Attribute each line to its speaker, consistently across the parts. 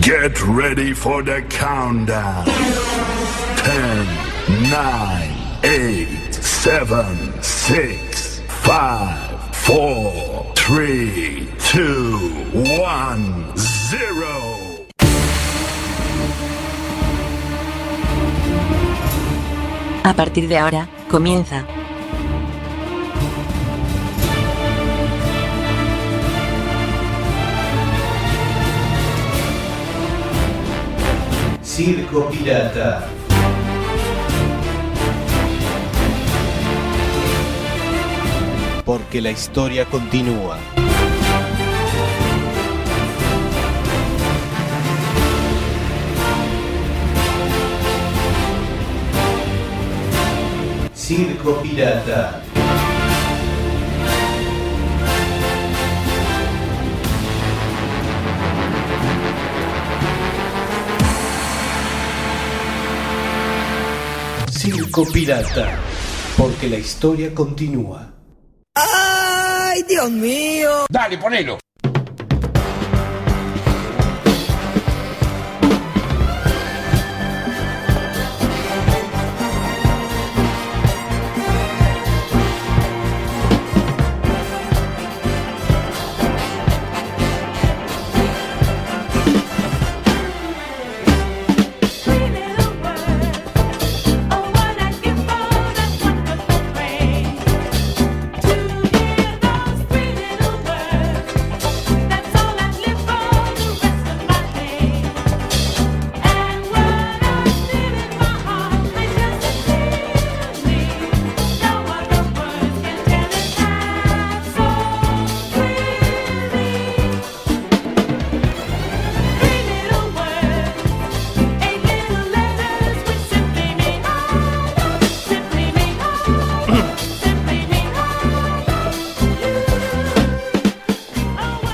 Speaker 1: Get ready for the countdown. 10, 9, 8, 7, 6, 5, 4, 3, 2, 1, 0.
Speaker 2: A partir de ahora, comienza.
Speaker 3: Circo Pirata. Porque la historia continúa. Circo Pirata. Circo Pirata. Porque la historia continúa.
Speaker 4: ¡Ay, Dios mío!
Speaker 5: Dale, ponelo.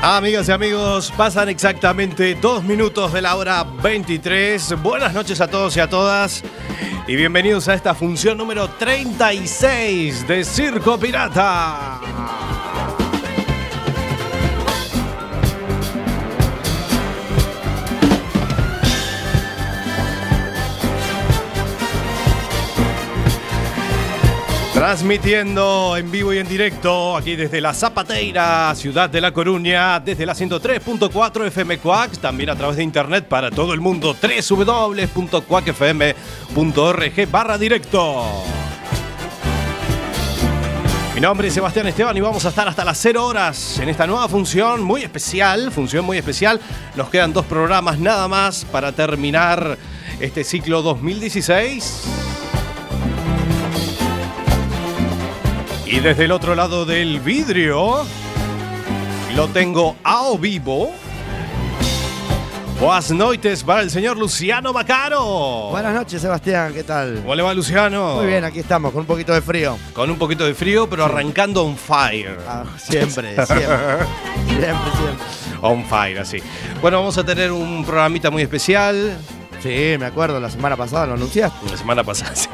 Speaker 6: Amigas y amigos, pasan exactamente dos minutos de la hora 23. Buenas noches a todos y a todas. Y bienvenidos a esta función número 36 de Circo Pirata. Transmitiendo en vivo y en directo aquí desde La Zapateira, ciudad de La Coruña, desde la 103.4 FM Cuac, también a través de internet para todo el mundo, www.cuacfm.org barra directo. Mi nombre es Sebastián Esteban y vamos a estar hasta las 0 horas en esta nueva función muy especial, función muy especial. Nos quedan dos programas nada más para terminar este ciclo 2016. Y desde el otro lado del vidrio lo tengo a o vivo. Buenas noches para el señor Luciano Macaro.
Speaker 7: Buenas noches, Sebastián, ¿qué tal?
Speaker 6: ¿Cómo le va Luciano?
Speaker 7: Muy bien, aquí estamos, con un poquito de frío.
Speaker 6: Con un poquito de frío, pero arrancando on fire.
Speaker 7: Ah, siempre, siempre. siempre, siempre.
Speaker 6: On fire, así. Bueno, vamos a tener un programita muy especial.
Speaker 7: Sí, me acuerdo, la semana pasada lo anunciaste.
Speaker 6: La semana pasada, sí.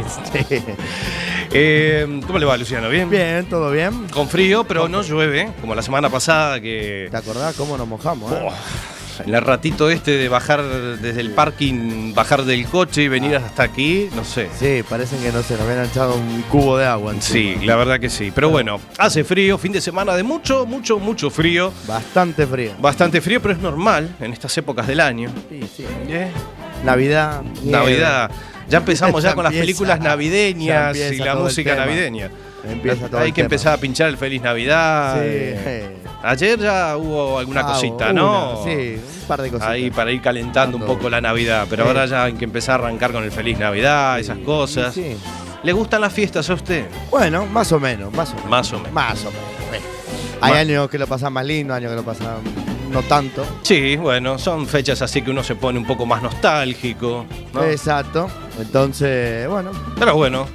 Speaker 6: Eh, ¿Cómo le va Luciano? ¿Bien?
Speaker 7: Bien, todo bien.
Speaker 6: Con frío, pero no llueve, ¿eh? como la semana pasada que...
Speaker 7: ¿Te acordás cómo nos mojamos? eh?
Speaker 6: Oh, en el ratito este de bajar desde el parking, bajar del coche y venir hasta aquí, no sé.
Speaker 7: Sí, parecen que no se nos habían echado un cubo de agua.
Speaker 6: Sí,
Speaker 7: encima.
Speaker 6: la verdad que sí. Pero bueno, hace frío, fin de semana de mucho, mucho, mucho frío.
Speaker 7: Bastante frío.
Speaker 6: Bastante frío, pero es normal en estas épocas del año.
Speaker 7: Sí, sí.
Speaker 6: ¿Eh?
Speaker 7: Navidad. nieve.
Speaker 6: Navidad. Ya empezamos ya,
Speaker 7: Ya
Speaker 6: con las
Speaker 7: empieza,
Speaker 6: películas
Speaker 7: ya
Speaker 6: navideñas
Speaker 7: empieza
Speaker 6: y la
Speaker 7: todo el
Speaker 6: música
Speaker 7: tema.
Speaker 6: navideña.
Speaker 7: Empieza todo
Speaker 6: Hay
Speaker 7: el
Speaker 6: que
Speaker 7: tema.
Speaker 6: empezar a pinchar el Feliz Navidad.
Speaker 7: Sí.
Speaker 6: Eh, Ayer ya hubo alguna
Speaker 7: Ah,
Speaker 6: cosita,
Speaker 7: una,
Speaker 6: ¿no?
Speaker 7: Sí, un par de cositas.
Speaker 6: Ahí para ir calentando un
Speaker 7: Ando.
Speaker 6: poco la Navidad, pero
Speaker 7: Sí.
Speaker 6: ahora ya hay que empezar a arrancar con el Feliz Navidad, esas cosas.
Speaker 7: Sí.
Speaker 6: ¿Le gustan las fiestas a usted?
Speaker 7: Bueno, más o menos, más o menos.
Speaker 6: Más o menos.
Speaker 7: Más o menos. bueno. Hay
Speaker 6: Ma-
Speaker 7: años que lo pasan más lindo, años que lo pasan no tanto.
Speaker 6: Sí, bueno, son fechas así que uno se pone un poco más nostálgico. ¿no?
Speaker 7: Exacto. Entonces, bueno.
Speaker 6: Pero bueno,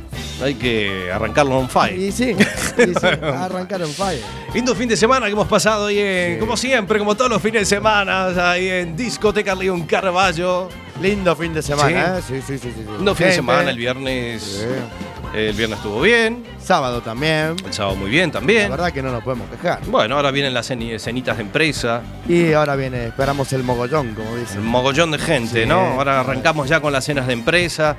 Speaker 6: hay que arrancarlo on fire.
Speaker 7: Y sí, y sí, arrancaron fire.
Speaker 6: Lindo fin de semana que hemos pasado hoy, en, como siempre, como todos los fines de semana, ahí en Discoteca León Carballo.
Speaker 7: Lindo fin de semana, ¿eh? Sí, sí, sí. sí, sí.
Speaker 6: No fin de
Speaker 7: Gente.
Speaker 6: semana, el viernes.
Speaker 7: Sí.
Speaker 6: El viernes estuvo bien.
Speaker 7: Sábado también.
Speaker 6: El sábado muy bien
Speaker 7: La
Speaker 6: también.
Speaker 7: verdad que no nos podemos quejar.
Speaker 6: Bueno, ahora vienen las ceni- cenitas de empresa.
Speaker 7: Y ahora viene, esperamos el mogollón, como
Speaker 6: El
Speaker 7: dicen.
Speaker 6: mogollón de gente,
Speaker 7: Sí.
Speaker 6: ¿no? Ahora arrancamos ya con las cenas de empresa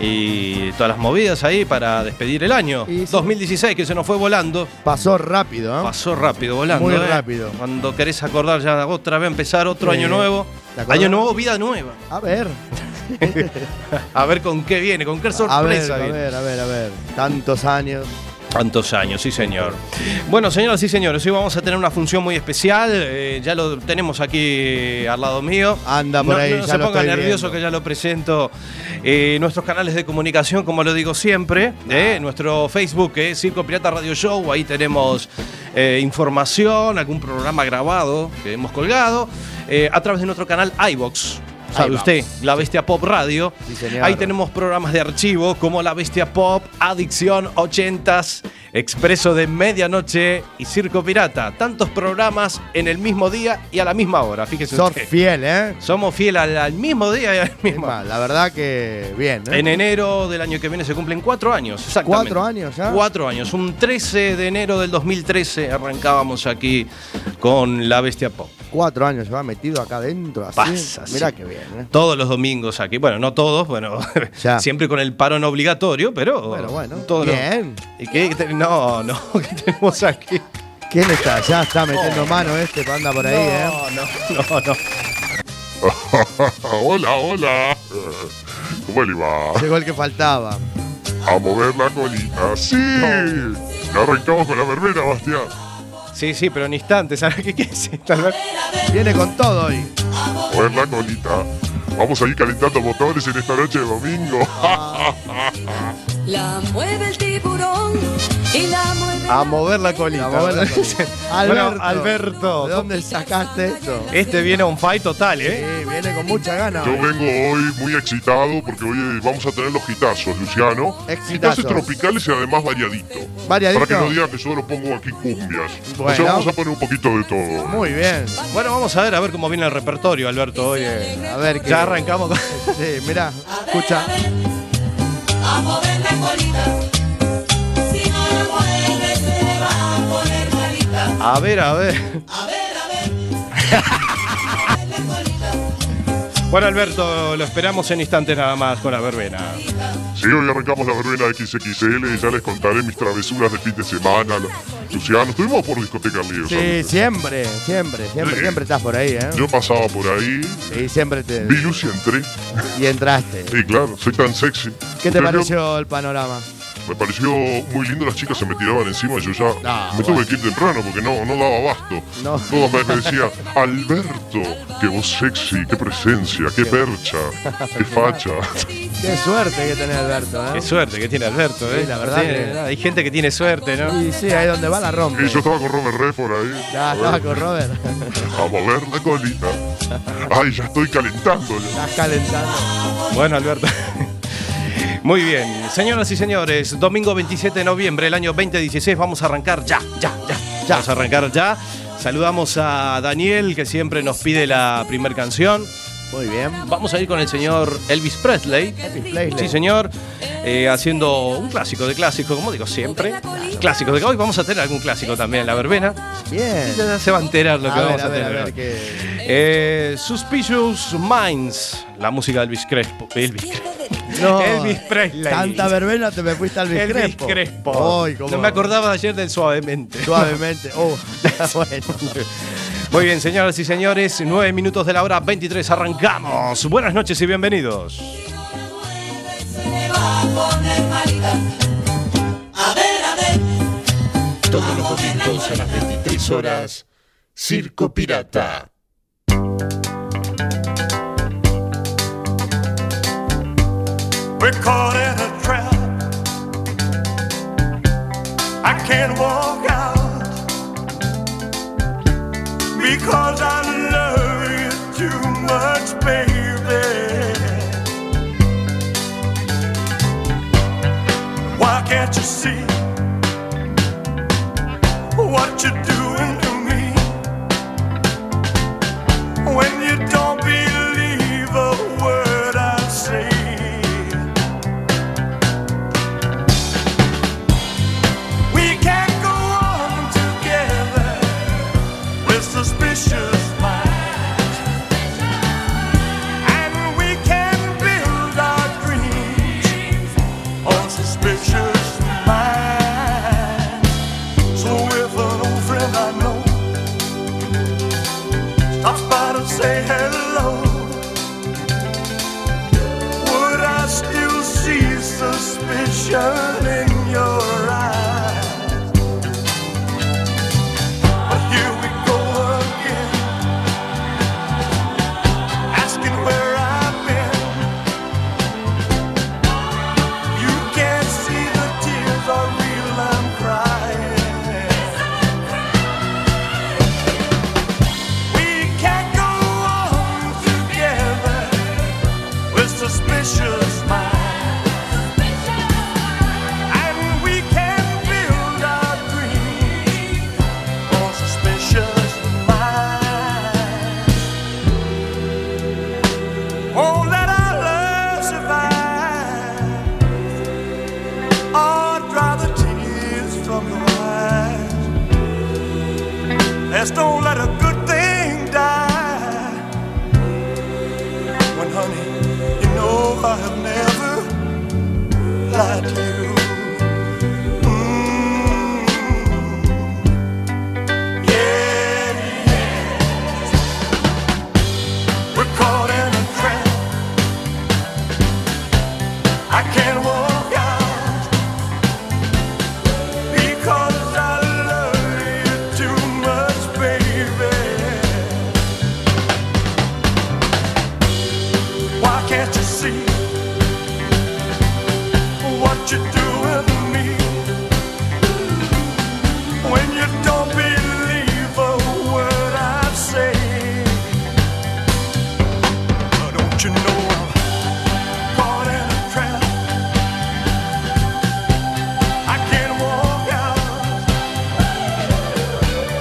Speaker 6: y todas las movidas ahí para despedir el año.
Speaker 7: Y sí.
Speaker 6: 2016 que se nos fue volando.
Speaker 7: Pasó rápido, ¿eh?
Speaker 6: Pasó rápido volando.
Speaker 7: Muy
Speaker 6: ¿eh?
Speaker 7: rápido.
Speaker 6: Cuando querés acordar ya otra vez empezar otro
Speaker 7: Sí.
Speaker 6: año nuevo.
Speaker 7: ¿Te acordás?
Speaker 6: Año nuevo, vida nueva.
Speaker 7: A ver.
Speaker 6: A ver con qué viene, con qué sorpresa
Speaker 7: a ver, a
Speaker 6: viene.
Speaker 7: ver, a ver, a ver. Tantos años.
Speaker 6: Tantos años, sí señor. Bueno, señoras y señores, hoy vamos a tener una función muy especial. eh, ya lo tenemos aquí al lado mío.
Speaker 7: Anda por
Speaker 6: No-
Speaker 7: ahí,
Speaker 6: No,
Speaker 7: ya
Speaker 6: se
Speaker 7: lo
Speaker 6: ponga
Speaker 7: estoy
Speaker 6: nervioso
Speaker 7: viendo.
Speaker 6: que ya lo presento. Eh, nuestros canales de comunicación, como lo digo siempre,
Speaker 7: Ah.
Speaker 6: eh, nuestro Facebook que es Circo Pirata Radio Show, ahí tenemos eh, información, algún programa grabado que hemos colgado, eh, a través de nuestro canal iBox. ¿Sabe
Speaker 7: iVox.
Speaker 6: usted? La Bestia Pop Radio.
Speaker 7: Sí, señor.
Speaker 6: Ahí tenemos programas de archivo como La Bestia Pop, Adicción 80s, Expreso de Medianoche y Circo Pirata. Tantos programas en el mismo día y a la misma hora. Fíjese
Speaker 7: Sos
Speaker 6: usted.
Speaker 7: fiel, ¿eh?
Speaker 6: Somos fieles al, al mismo día y al
Speaker 7: Es
Speaker 6: mismo.
Speaker 7: más, la verdad que bien, ¿eh?
Speaker 6: En enero del año que viene se cumplen cuatro años. Exactamente.
Speaker 7: ¿Cuatro años ya?
Speaker 6: Cuatro años. Un 13 de enero del 2013 arrancábamos aquí con La Bestia Pop.
Speaker 7: Cuatro años lleva metido acá adentro, así.
Speaker 6: Pasa,
Speaker 7: Mirá
Speaker 6: sí.
Speaker 7: qué bien, ¿eh?
Speaker 6: Todos los domingos aquí. Bueno, no todos, bueno,
Speaker 7: Ya.
Speaker 6: siempre con el parón obligatorio, pero.
Speaker 7: Bueno, bueno.
Speaker 6: todos los-
Speaker 7: bien.
Speaker 6: ¿Y qué? ¿Qué te- No, no, ¿qué tenemos aquí?
Speaker 7: ¿Quién está? Ya está metiendo mano este, anda por ahí, ¿eh?
Speaker 6: No, no.
Speaker 5: Ah, hola, hola. ¿Cómo le va?
Speaker 7: Llegó el que faltaba.
Speaker 5: A mover la colita. Sí. Arrancamos con la verbena, Bastián.
Speaker 6: Sí, sí, pero en instantes, ¿sabes qué quiere decir? Tal vez-
Speaker 7: Viene con todo hoy.
Speaker 5: Mover la colita. Vamos a ir calentando motores en esta noche de domingo.
Speaker 8: La mueve el tiburón y la mueve.
Speaker 7: A mover la colita.
Speaker 6: Bueno,
Speaker 7: Alberto,
Speaker 6: Alberto,
Speaker 7: ¿de dónde sacaste esto?
Speaker 6: Este viene a un fight total,
Speaker 7: Sí,
Speaker 6: ¿eh?
Speaker 7: viene con mucha gana.
Speaker 5: Yo vengo hoy muy excitado porque hoy vamos a tener los gitazos, Luciano.
Speaker 7: Exitazos.
Speaker 5: Gitazos tropicales y además variadito.
Speaker 7: Variadito.
Speaker 5: Para que no digan que solo pongo aquí cumbias.
Speaker 7: Bueno.
Speaker 5: O sea, vamos a poner un poquito de todo.
Speaker 7: Muy bien.
Speaker 6: Bueno, vamos a ver, a ver cómo viene el repertorio, Alberto. Hoy, eh.
Speaker 7: A ver, qué-
Speaker 6: Ya arrancamos con.
Speaker 7: Sí, mirá, escucha.
Speaker 8: A mover la colita. Si no la mueve, se va a poner malita.
Speaker 6: A ver, a ver.
Speaker 8: A ver, a ver.
Speaker 6: Bueno, Alberto, lo esperamos en instantes nada más con la verbena.
Speaker 5: Sí, hoy arrancamos la verbena XXL y ya les contaré mis travesuras de fin de semana. Luciano, estuvimos por discoteca Lío.
Speaker 7: Sí, siempre, siempre, siempre,
Speaker 5: Sí.
Speaker 7: siempre estás por ahí, ¿eh?
Speaker 5: Yo pasaba por ahí,
Speaker 7: Sí, siempre te.
Speaker 5: vi luz y entré.
Speaker 7: Y entraste.
Speaker 5: Sí, claro, soy tan sexy.
Speaker 7: ¿Qué te
Speaker 5: Yo- yo-
Speaker 7: pareció el panorama?
Speaker 5: Me pareció muy lindo, las chicas se me tiraban encima. Yo ya
Speaker 7: Ah,
Speaker 5: me tuve que ir temprano porque no, no daba abasto.
Speaker 7: No.
Speaker 5: Todas me, me decían, Alberto, qué voz sexy, qué presencia, qué percha, qué facha.
Speaker 7: Qué suerte que tenés, Alberto,
Speaker 6: Qué
Speaker 7: ¿eh?
Speaker 6: suerte que tiene Alberto, ¿eh?
Speaker 7: Sí, la verdad
Speaker 6: Tiene-
Speaker 7: que-
Speaker 6: Hay gente que tiene suerte, ¿no?
Speaker 7: Y sí, ahí donde va la rompe.
Speaker 5: Y yo estaba con Robert Redford ahí.
Speaker 7: Ya
Speaker 5: A ver,
Speaker 7: estaba con Robert.
Speaker 5: A mover la colita. Ay, ya estoy calentando. ya.
Speaker 7: Estás calentando.
Speaker 6: Bueno, Alberto. Muy bien, señoras y señores, domingo 27 de noviembre del año 2016, vamos a arrancar ya, ya, ya, ya. Vamos a arrancar ya. Saludamos a Daniel, que siempre nos pide la primer canción.
Speaker 7: Muy bien.
Speaker 6: Vamos a ir con el señor Elvis Presley. Sí, señor. Eh, haciendo un clásico de clásico, como digo siempre. Clásico de hoy vamos a tener algún clásico también en la verbena.
Speaker 7: Bien.
Speaker 6: Ya se va a enterar lo que
Speaker 7: a ver,
Speaker 6: vamos
Speaker 7: a
Speaker 6: a
Speaker 7: ver,
Speaker 6: tener.
Speaker 7: a ver qué.
Speaker 6: Eh, Suspicious Minds, la música de Elvis Crespo. Elvis Crespo.
Speaker 7: No.
Speaker 6: Elvis Presley.
Speaker 7: Tanta verbena te me fuiste al Elvis
Speaker 6: Elvis
Speaker 7: Crespo.
Speaker 6: Crespo.
Speaker 7: Ay, cómo-
Speaker 6: No me acordaba de ayer del suavemente.
Speaker 7: Suavemente. Oh, bueno.
Speaker 6: Muy bien, señoras y señores, nueve minutos de la hora 23, arrancamos. Buenas noches y bienvenidos.
Speaker 8: Se va a poner malita. A ver, a ver.
Speaker 9: Todos los domingos a las 23 horas, Circo Pirata.
Speaker 10: We're caught in a trap. I can't walk out because I love you too much, baby. Why can't you see what you're doing to me when you don't believe a word? suspicion in your eyes. But here we go again, asking where I've been. You can't see the tears are real, I'm crying. We can't go on together with suspicious minds. And we can build our dreams on suspicious minds. Won't let our love survive or dry the tears from your eyes. Let's don't let a good thing die. When honey, you know I have never lied to you. Mm. Yeah, yeah. We're caught in a trap. I can't walk out because I love you too much, baby. Why can't you see what you're doing to me? When you don't believe a word I say, don't you know I'm caught in a trap? I can't walk out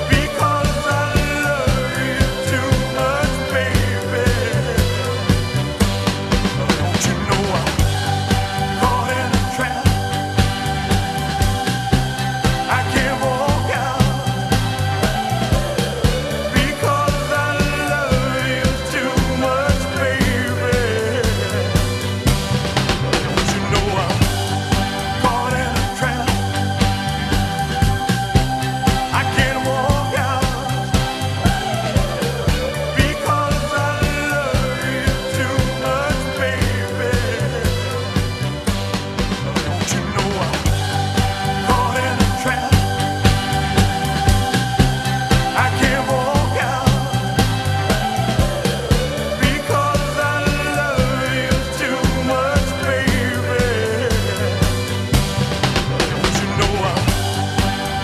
Speaker 10: because I love you too much, baby. Don't you know I'm caught in a trap? I can't walk out because I love you too much, baby. Don't you know I'm caught in a trap? I can't walk out because I love you too much, baby. Don't you know I'm caught in a trap? I can't walk out because I love you too much, baby. Don't you know I'm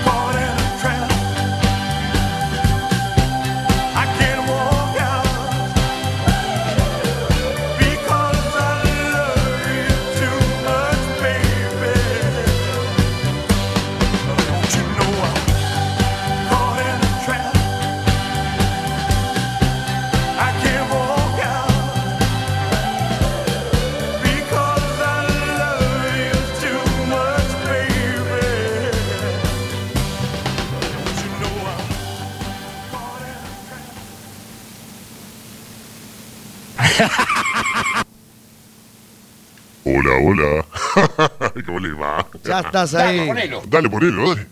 Speaker 10: caught in a trap? I can't walk out because I love you too much, baby. Don't you know I'm caught in a trap? I can't walk out because I love you too much, baby. Don't you know I'm caught in a trap?
Speaker 5: Hola, hola. ¿Cómo les va?
Speaker 7: Ya estás ahí.
Speaker 5: Dale, ponelo, dale.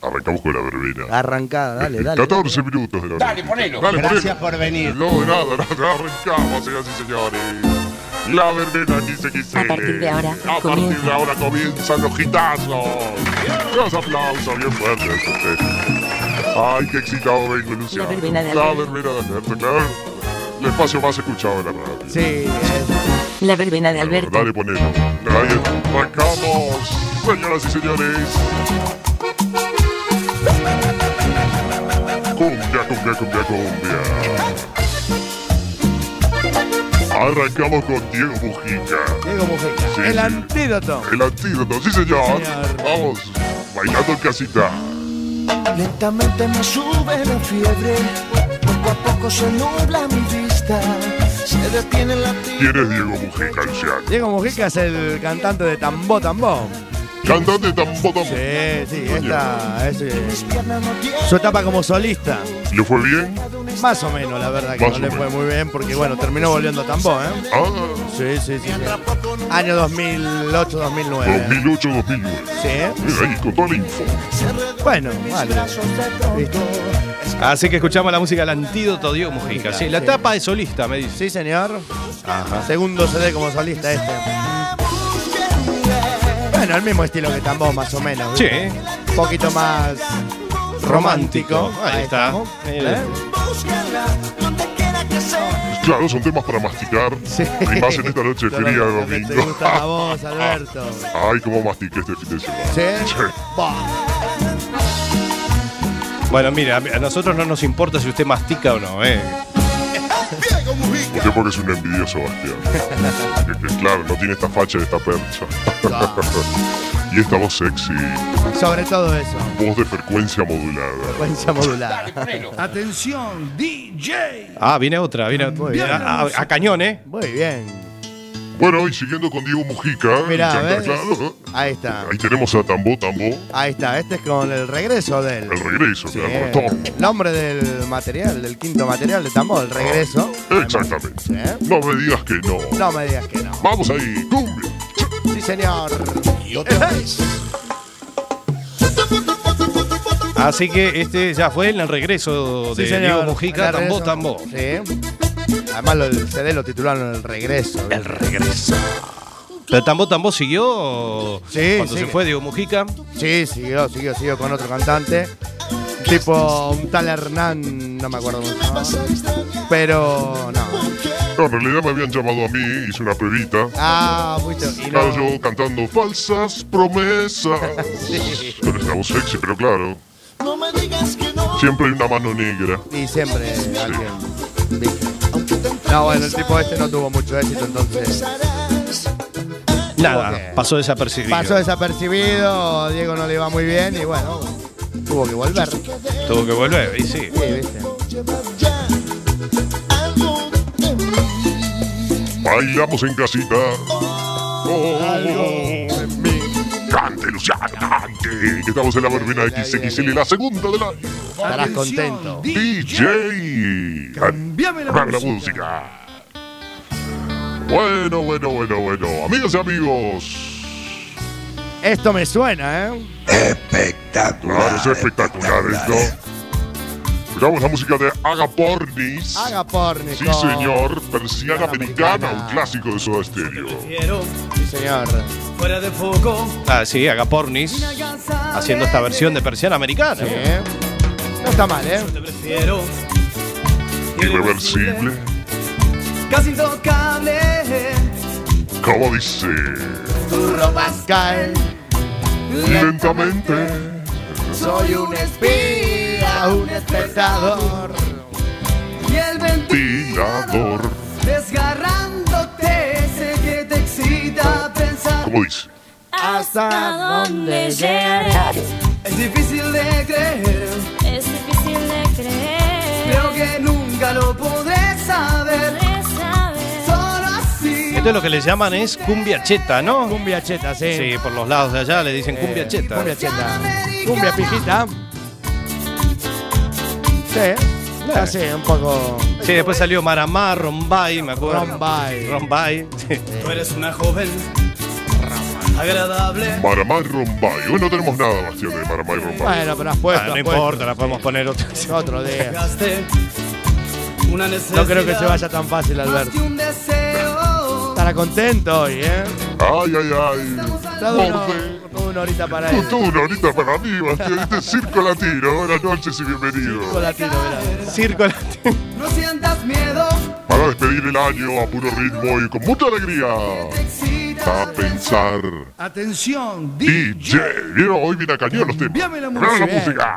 Speaker 5: Arrancamos con la verbena.
Speaker 7: Arrancada, dale, dale.
Speaker 5: 14 minutos de la Dale, ponelo. Dale,
Speaker 9: Gracias
Speaker 5: ponelo.
Speaker 9: por venir.
Speaker 5: No, de nada, nada. Arrancamos, señoras y señores. La verbena XXL.
Speaker 2: A partir de ahora,
Speaker 5: A partir de
Speaker 2: comienza.
Speaker 5: ahora comienzan los gitazos. Los aplausos bien fuertes. ustedes. Ay, qué excitado vengo, Luciano.
Speaker 2: La verbena de
Speaker 5: La
Speaker 2: Alberto.
Speaker 5: verbena de Alberto, claro. El espacio más escuchado de la radio.
Speaker 7: Sí, eh,
Speaker 2: La verbena de Alberto.
Speaker 5: Dale, ponelo. Ahí arrancamos, señoras y señores. Cumbia, cumbia, cumbia, cumbia. Arrancamos con Diego Mujica.
Speaker 7: Diego Mujica.
Speaker 5: Sí, sí.
Speaker 7: El antídoto.
Speaker 5: El antídoto, sí señor.
Speaker 7: Señor.
Speaker 5: Vamos, bailando en casita.
Speaker 4: Lentamente me sube la fiebre, poco a poco se nubla mi vista, se detiene la
Speaker 5: ¿Quién es Diego Mujica, Luciano?
Speaker 7: Diego Mujica es el cantante de Tambó Tambó.
Speaker 5: Cantante tambo tambo.
Speaker 7: Sí, sí, esta es eh,
Speaker 4: pierna no tiene
Speaker 7: su etapa como solista.
Speaker 5: ¿Le fue bien?
Speaker 7: Más o menos, la verdad, que
Speaker 5: Más
Speaker 7: no le
Speaker 5: o
Speaker 7: fue
Speaker 5: menos.
Speaker 7: muy bien porque, bueno, terminó volviendo a Tambó, ¿eh?
Speaker 5: Ah,
Speaker 7: Sí, sí, sí. sí. Año 2008, 2009.
Speaker 5: 2008-2009.
Speaker 7: Sí. ¿eh?
Speaker 5: Ahí con toda la info.
Speaker 7: Bueno, vale. Listo.
Speaker 6: Así que escuchamos la música del antídoto Diego Mujica. Sí, la
Speaker 7: Sí.
Speaker 6: etapa de solista, me dice.
Speaker 7: Sí, señor. Segundo CD como solista este.
Speaker 4: busque un lugar.
Speaker 7: Bueno, el mismo estilo que tambor, más o menos.
Speaker 6: Sí. ¿eh?
Speaker 7: ¿viste? Un poquito más romántico.
Speaker 6: Ahí está.
Speaker 7: estamos,
Speaker 6: Ahí
Speaker 7: ¿eh?
Speaker 5: Claro, son temas para masticar. Y más en esta noche
Speaker 7: Todo
Speaker 5: fría de
Speaker 7: lo que Te
Speaker 5: domingo.
Speaker 7: gusta a vos, Alberto.
Speaker 5: Ay, cómo mastiqué este fin de semana.
Speaker 7: ¿Sí? Bah.
Speaker 6: Bueno, mira, a nosotros no nos importa si usted mastica o no, ¿eh?
Speaker 5: Usted porque es un envidioso, Bastián. Que- que, claro, no tiene esta facha de esta percha. y esta voz sexy,
Speaker 7: Sobre todo eso.
Speaker 5: voz de frecuencia modulada.
Speaker 7: Frecuencia modulada.
Speaker 11: Atención, DJ.
Speaker 6: Ah, viene otra, viene otra. A, a- a cañón, ¿eh?
Speaker 7: Muy bien.
Speaker 5: Bueno, y siguiendo con Diego Mujica,
Speaker 7: Mirá,
Speaker 5: ya está
Speaker 7: ¿ves?
Speaker 5: claro, ¿eh?
Speaker 7: Ahí está.
Speaker 5: ahí tenemos a Tambo Tambo,
Speaker 7: Ahí está. Este es con el regreso del.
Speaker 5: el regreso,
Speaker 7: Sí,
Speaker 5: claro,
Speaker 7: eh.
Speaker 5: retorno.
Speaker 7: Nombre del material, del quinto material de tambor, el regreso.
Speaker 5: Exactamente. No me digas que no.
Speaker 7: No me digas que no.
Speaker 5: Vamos ahí, cumbia.
Speaker 7: Sí, señor.
Speaker 9: Y otra vez.
Speaker 6: Así que este ya fue el regreso de
Speaker 7: Sí, señor.
Speaker 6: Diego Mujica,
Speaker 7: El
Speaker 6: tambó,
Speaker 7: regreso.
Speaker 6: tambó.
Speaker 7: Sí. Además, lo- el CD lo titularon El regreso.
Speaker 6: El regreso. Pero tambó, tambó siguió
Speaker 7: Sí,
Speaker 6: cuando se
Speaker 7: sigue.
Speaker 6: fue Diego Mujica.
Speaker 7: Sí, siguió, siguió, siguió con otro cantante. Tipo un tal Hernán, no me acuerdo mucho. Pero no.
Speaker 5: No, en realidad me habían llamado a mí, hice una pruebita.
Speaker 7: Ah, fuiste. Y
Speaker 5: Claro,
Speaker 7: no.
Speaker 5: yo cantando falsas promesas. Con esta voz sexy, pero claro,
Speaker 4: No me digas que no.
Speaker 5: siempre hay una mano negra.
Speaker 7: Y siempre alguien. ¿viste? No, bueno, el tipo este no tuvo mucho éxito, entonces
Speaker 6: Nada, pasó desapercibido.
Speaker 7: pasó desapercibido, Diego no le iba muy bien y bueno, tuvo que volver. Sí,
Speaker 6: Tuvo que volver, y sí.
Speaker 7: ¿viste?
Speaker 5: Bailamos en casita.
Speaker 4: Oh,
Speaker 5: Oh, Cante, Luciano, cante. Que estamos en la verbena XXL, la segunda de la
Speaker 7: Estarás contento.
Speaker 5: DJ.
Speaker 11: Cambiame la
Speaker 5: Cambiame
Speaker 11: música.
Speaker 5: Bueno, bueno, bueno, bueno. Amigas y amigos.
Speaker 7: Esto me suena, ¿eh?
Speaker 5: Claro, es espectacular esto. Escuchamos la música de Agapornis.
Speaker 7: Haga porni.
Speaker 5: Sí,
Speaker 7: con-
Speaker 5: señor. Persiana americana,
Speaker 7: Americana.
Speaker 5: un clásico de Soda Stereo.
Speaker 7: Sí, señor.
Speaker 11: Fuera de foco.
Speaker 6: Ah, sí, Agapornis haciendo esta versión de persiana americana.
Speaker 7: Sí. ¿eh? No está mal, ¿eh?
Speaker 11: Te prefiero.
Speaker 5: Irreversible.
Speaker 11: Casi intocable.
Speaker 5: Como dice.
Speaker 7: Cae.
Speaker 5: Lentamente.
Speaker 7: Soy un espía, un espectador.
Speaker 11: Y el ventilador
Speaker 5: Tirador.
Speaker 11: desgarrándote. Sé que te excita pensar.
Speaker 5: Como dice.
Speaker 2: ¿Hasta dónde llegarás?
Speaker 11: Es difícil de creer.
Speaker 12: Es difícil de creer.
Speaker 11: Creo que nunca lo podré saber.
Speaker 12: podré saber.
Speaker 11: Solo así.
Speaker 6: Esto es lo que le llaman es cumbia cheta, ¿no?
Speaker 7: Cumbia cheta, sí.
Speaker 6: Sí, por los lados de allá le dicen
Speaker 7: Eh,
Speaker 6: cumbia cheta.
Speaker 7: Cumbia cheta. Cumbia pijita. Sí.
Speaker 6: Claro.
Speaker 7: Así, un poco.
Speaker 6: Sí, después salió Maramá, Rombay, me acuerdo.
Speaker 7: Rombay.
Speaker 6: Rombay. sí.
Speaker 11: Tú eres una joven agradable.
Speaker 5: Maramá y Rombay. Hoy no tenemos nada, Bastián, de Maramá y Rombay.
Speaker 7: Bueno, pero has
Speaker 6: Ah,
Speaker 7: puesto.
Speaker 6: no
Speaker 7: has
Speaker 6: importa, la podemos poner otra.
Speaker 7: puesto. Otro día.
Speaker 11: Gasté una necesidad.
Speaker 7: No creo que se vaya tan fácil,
Speaker 11: Más que
Speaker 7: Alberto.
Speaker 11: un deseo.
Speaker 7: Estará contento hoy, ¿eh?
Speaker 5: Ay, ay, ay.
Speaker 7: Está duro.
Speaker 5: Borde.
Speaker 7: Una horita para él.
Speaker 5: Tú, tú, una horita para mí, Bastián. Este es Circo Latino. Buenas noches y
Speaker 7: Con
Speaker 5: bienvenido.
Speaker 7: la tiro, mirá.
Speaker 6: Circo
Speaker 11: No sientas miedo.
Speaker 5: Para despedir el año a puro ritmo y con mucha alegría.
Speaker 11: excita
Speaker 5: a pensar.
Speaker 11: Atención,
Speaker 5: DJ, vieron, hoy viene a cañón los temas.
Speaker 11: Envíame la
Speaker 5: Envíame
Speaker 7: música.
Speaker 5: música.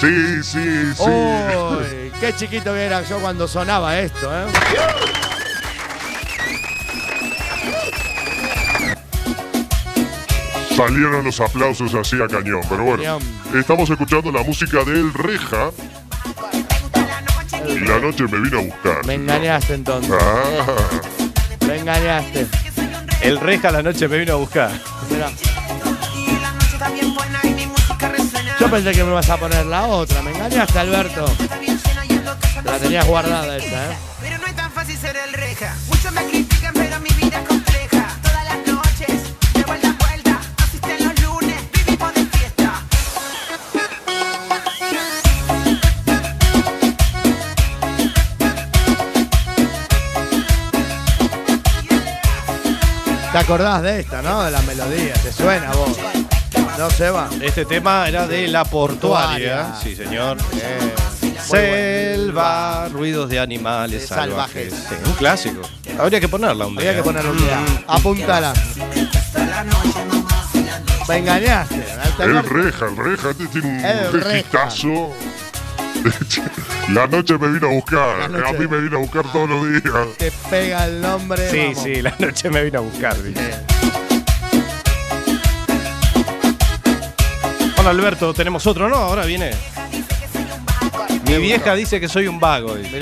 Speaker 5: Sí, sí, sí.
Speaker 7: Oh. Uy, qué chiquito que era yo cuando sonaba esto, ¿eh?
Speaker 5: Salieron los aplausos así a cañón, pero bueno.
Speaker 7: Cañón.
Speaker 5: Estamos escuchando la música del Reja. Y la noche me vino a buscar.
Speaker 7: Me engañaste entonces.
Speaker 5: Ah,
Speaker 7: Me engañaste.
Speaker 6: El reja a la noche me vino a buscar.
Speaker 7: Mirá. Yo pensé que me vas a poner la otra. Me engañaste, Alberto. La tenías guardada esa, ¿eh?
Speaker 13: Pero no es tan fácil ser el reja. Muchos me critican, pero mi vida es compleja. Todas las noches, de vuelta a vuelta. Asisten los lunes, vivimos de fiesta.
Speaker 7: ¿Te acordás de esta, no? De la melodía. ¿Te suena a vos? No se va.
Speaker 6: Este tema era de la portuaria.
Speaker 7: Portuaria.
Speaker 6: Sí, señor.
Speaker 7: Eh.
Speaker 6: Selva, ruidos de animales salvajes.
Speaker 7: salvajes.
Speaker 6: Sí, un clásico. Habría que ponerla ¿eh? un día.
Speaker 7: Había que ponerlo un día.
Speaker 6: Mm.
Speaker 7: Apúntala. Me engañaste. ¿te
Speaker 5: El
Speaker 7: acordás?
Speaker 5: reja, el reja, este tiene un
Speaker 7: El Reja.
Speaker 5: tejitazo. La noche me vino a buscar,
Speaker 7: La noche.
Speaker 5: a mí me vino a buscar todos los días.
Speaker 7: Te pega el nombre.
Speaker 6: Sí,
Speaker 7: vamos.
Speaker 6: sí, la noche me vino a buscar. dice. Hola Alberto, tenemos otro, ¿no? Ahora viene. Mi vieja dice que soy un vago. dice.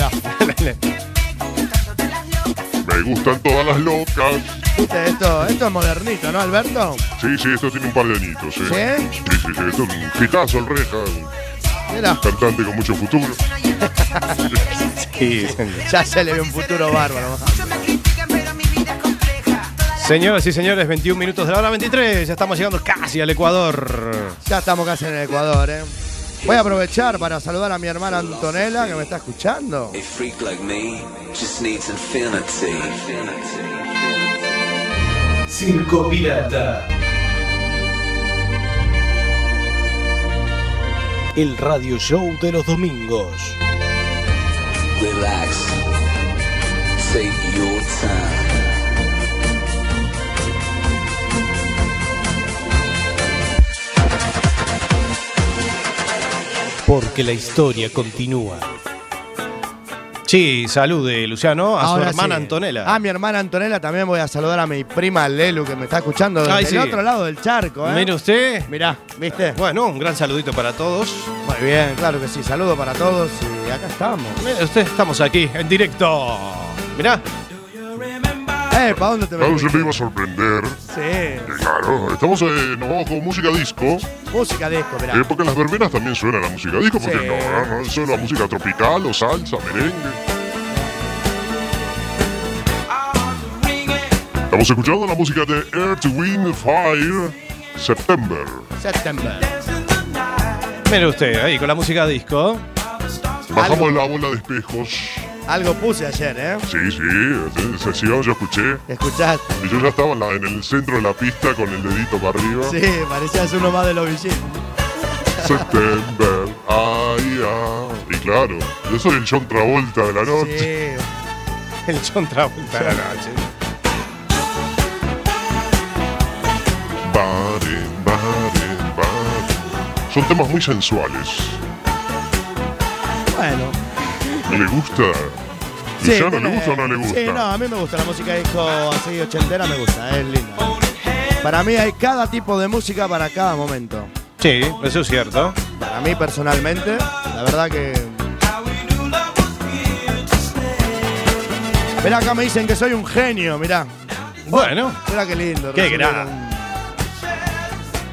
Speaker 5: Me gustan todas las locas.
Speaker 7: ¿Viste esto? Esto es modernito, ¿no, Alberto?
Speaker 5: Sí, sí, esto tiene un par de añitos, ¿eh?
Speaker 7: ¿Sí?
Speaker 5: Sí, sí, sí, esto es un hitazo el reja. un
Speaker 7: Mira.
Speaker 5: Cantante con mucho futuro.
Speaker 6: Sí,
Speaker 7: Ya se le ve un futuro bárbaro.
Speaker 6: Señoras y señores, 21 minutos de la hora 23. Ya estamos llegando casi al Ecuador.
Speaker 7: Ya estamos casi en el Ecuador, ¿eh? Voy a aprovechar para saludar a mi hermana Antonella, que me está escuchando.
Speaker 14: A freak like me just needs infinity.
Speaker 3: Circo Pirata. El radio show de los domingos.
Speaker 14: Relax. Take your time.
Speaker 3: Porque la historia continúa.
Speaker 6: Sí, salude, Luciano, a
Speaker 7: Ahora
Speaker 6: su hermana
Speaker 7: sí. Ah,
Speaker 6: Antonella.
Speaker 7: A mi hermana Antonella también voy a saludar a mi prima Lelu, que me está escuchando desde
Speaker 6: Ay, sí.
Speaker 7: el otro lado del charco, ¿eh?
Speaker 6: Mire usted.
Speaker 7: Mirá, ¿viste?
Speaker 6: Bueno, un gran saludito para todos.
Speaker 7: Muy bien, claro que sí. Saludo para todos y acá estamos.
Speaker 6: Mire usted, estamos aquí, en directo. Mirá.
Speaker 7: Eh, ¿para dónde te
Speaker 5: Claro,
Speaker 7: metiste?
Speaker 5: yo te iba a sorprender.
Speaker 7: Sí.
Speaker 5: que Claro, estamos eh, nos vamos con música disco.
Speaker 7: Música disco, mirá.
Speaker 5: Eh, porque en las verbenas también suena la música disco, porque
Speaker 7: Sí.
Speaker 5: no, no es solo la música tropical o salsa, merengue. Estamos escuchando la música de Earth, Wind, Fire, September.
Speaker 7: September.
Speaker 6: Mire usted, ahí, con la música disco.
Speaker 5: Bajamos la bola de espejos.
Speaker 7: Algo puse ayer, ¿eh?
Speaker 5: Sí, sí, sesión yo escuché.
Speaker 7: ¿Escuchaste?
Speaker 5: Y yo ya estaba en, la- en el centro de la pista con el dedito para arriba.
Speaker 7: Sí, parecías uno más de los villines.
Speaker 5: September, ay, ay. Y claro, yo soy el John Travolta de la noche.
Speaker 7: Sí.
Speaker 6: El John Travolta de la noche.
Speaker 5: Baren, baren, baren. Son temas muy sensuales.
Speaker 7: Bueno.
Speaker 5: ¿Le gusta? ¿Y ya no le gusta o no le gusta?
Speaker 7: Sí, no, a mí me gusta la música disco así ochentera, me gusta, es linda. Para mí hay cada tipo de música para cada momento.
Speaker 6: Sí, eso es cierto.
Speaker 7: Para mí personalmente, la verdad que. Mirá, acá me dicen que soy un genio, mirá.
Speaker 6: Bueno,
Speaker 7: Mirá qué lindo.
Speaker 6: qué
Speaker 7: recibir
Speaker 6: gran.
Speaker 7: un-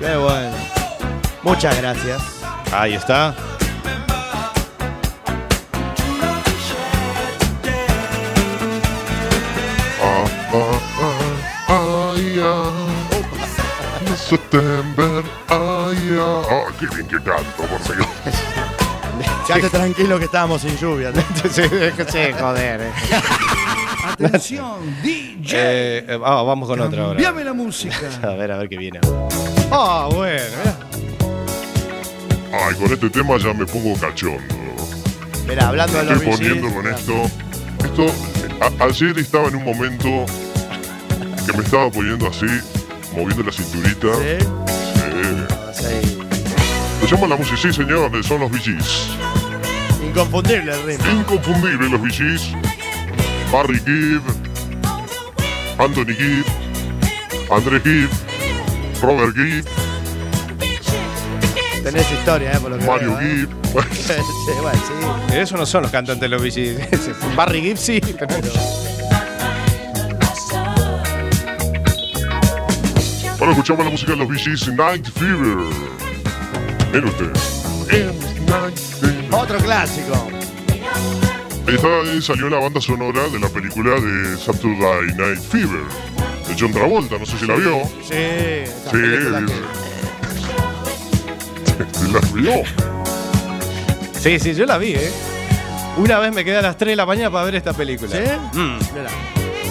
Speaker 7: Qué bueno. Muchas gracias.
Speaker 6: Ahí está.
Speaker 5: Ah, ah, ah, ay, ah. September, ay, ah. Ah, qué bien que canto, por Dios.
Speaker 7: Quédate tranquilo que estábamos sin lluvia.
Speaker 6: Sí, joder.
Speaker 11: Atención, DJ.
Speaker 6: Eh, ah, vamos con otra ahora.
Speaker 11: Envíame la música.
Speaker 6: A ver, a ver qué viene. Ah, bueno, mirá.
Speaker 5: Ay, con este tema ya me pongo cachondo.
Speaker 7: Mirá, hablando de
Speaker 5: Me
Speaker 7: los
Speaker 5: estoy poniendo
Speaker 7: VGs,
Speaker 5: con
Speaker 7: mirá.
Speaker 5: esto. Esto, a- ayer estaba en un momento que me estaba poniendo así, moviendo la cinturita.
Speaker 7: Sí.
Speaker 5: Sí. Se llama la música, sí señor, son los VGs.
Speaker 7: Inconfundible el ritmo.
Speaker 5: Inconfundible los VGs. Barry Gibb, Anthony Gibb, Andrés Gibb, Robert Gibb,
Speaker 7: Tenés historia, eh, por lo que
Speaker 5: Mario
Speaker 7: veo, ¿eh?
Speaker 5: Gibb.
Speaker 7: Sí, bueno, sí.
Speaker 6: Esos no son los cantantes de los VGs. Barry Gibb sí, pero
Speaker 5: Bueno, escuchamos la música de los VGs Night Fever. Miren usted.
Speaker 7: Otro clásico.
Speaker 5: Esta eh, salió la banda sonora de la película de Saturday Night Fever. De John Travolta, no sé si la vio.
Speaker 7: Sí. esa
Speaker 5: Sí,
Speaker 7: película que-
Speaker 5: dice. La vio.
Speaker 6: Sí, sí, yo la vi, ¿eh? Una vez me quedé a las 3 de la mañana para ver esta película.
Speaker 7: ¿Sí?
Speaker 6: Mm.
Speaker 7: Mirá.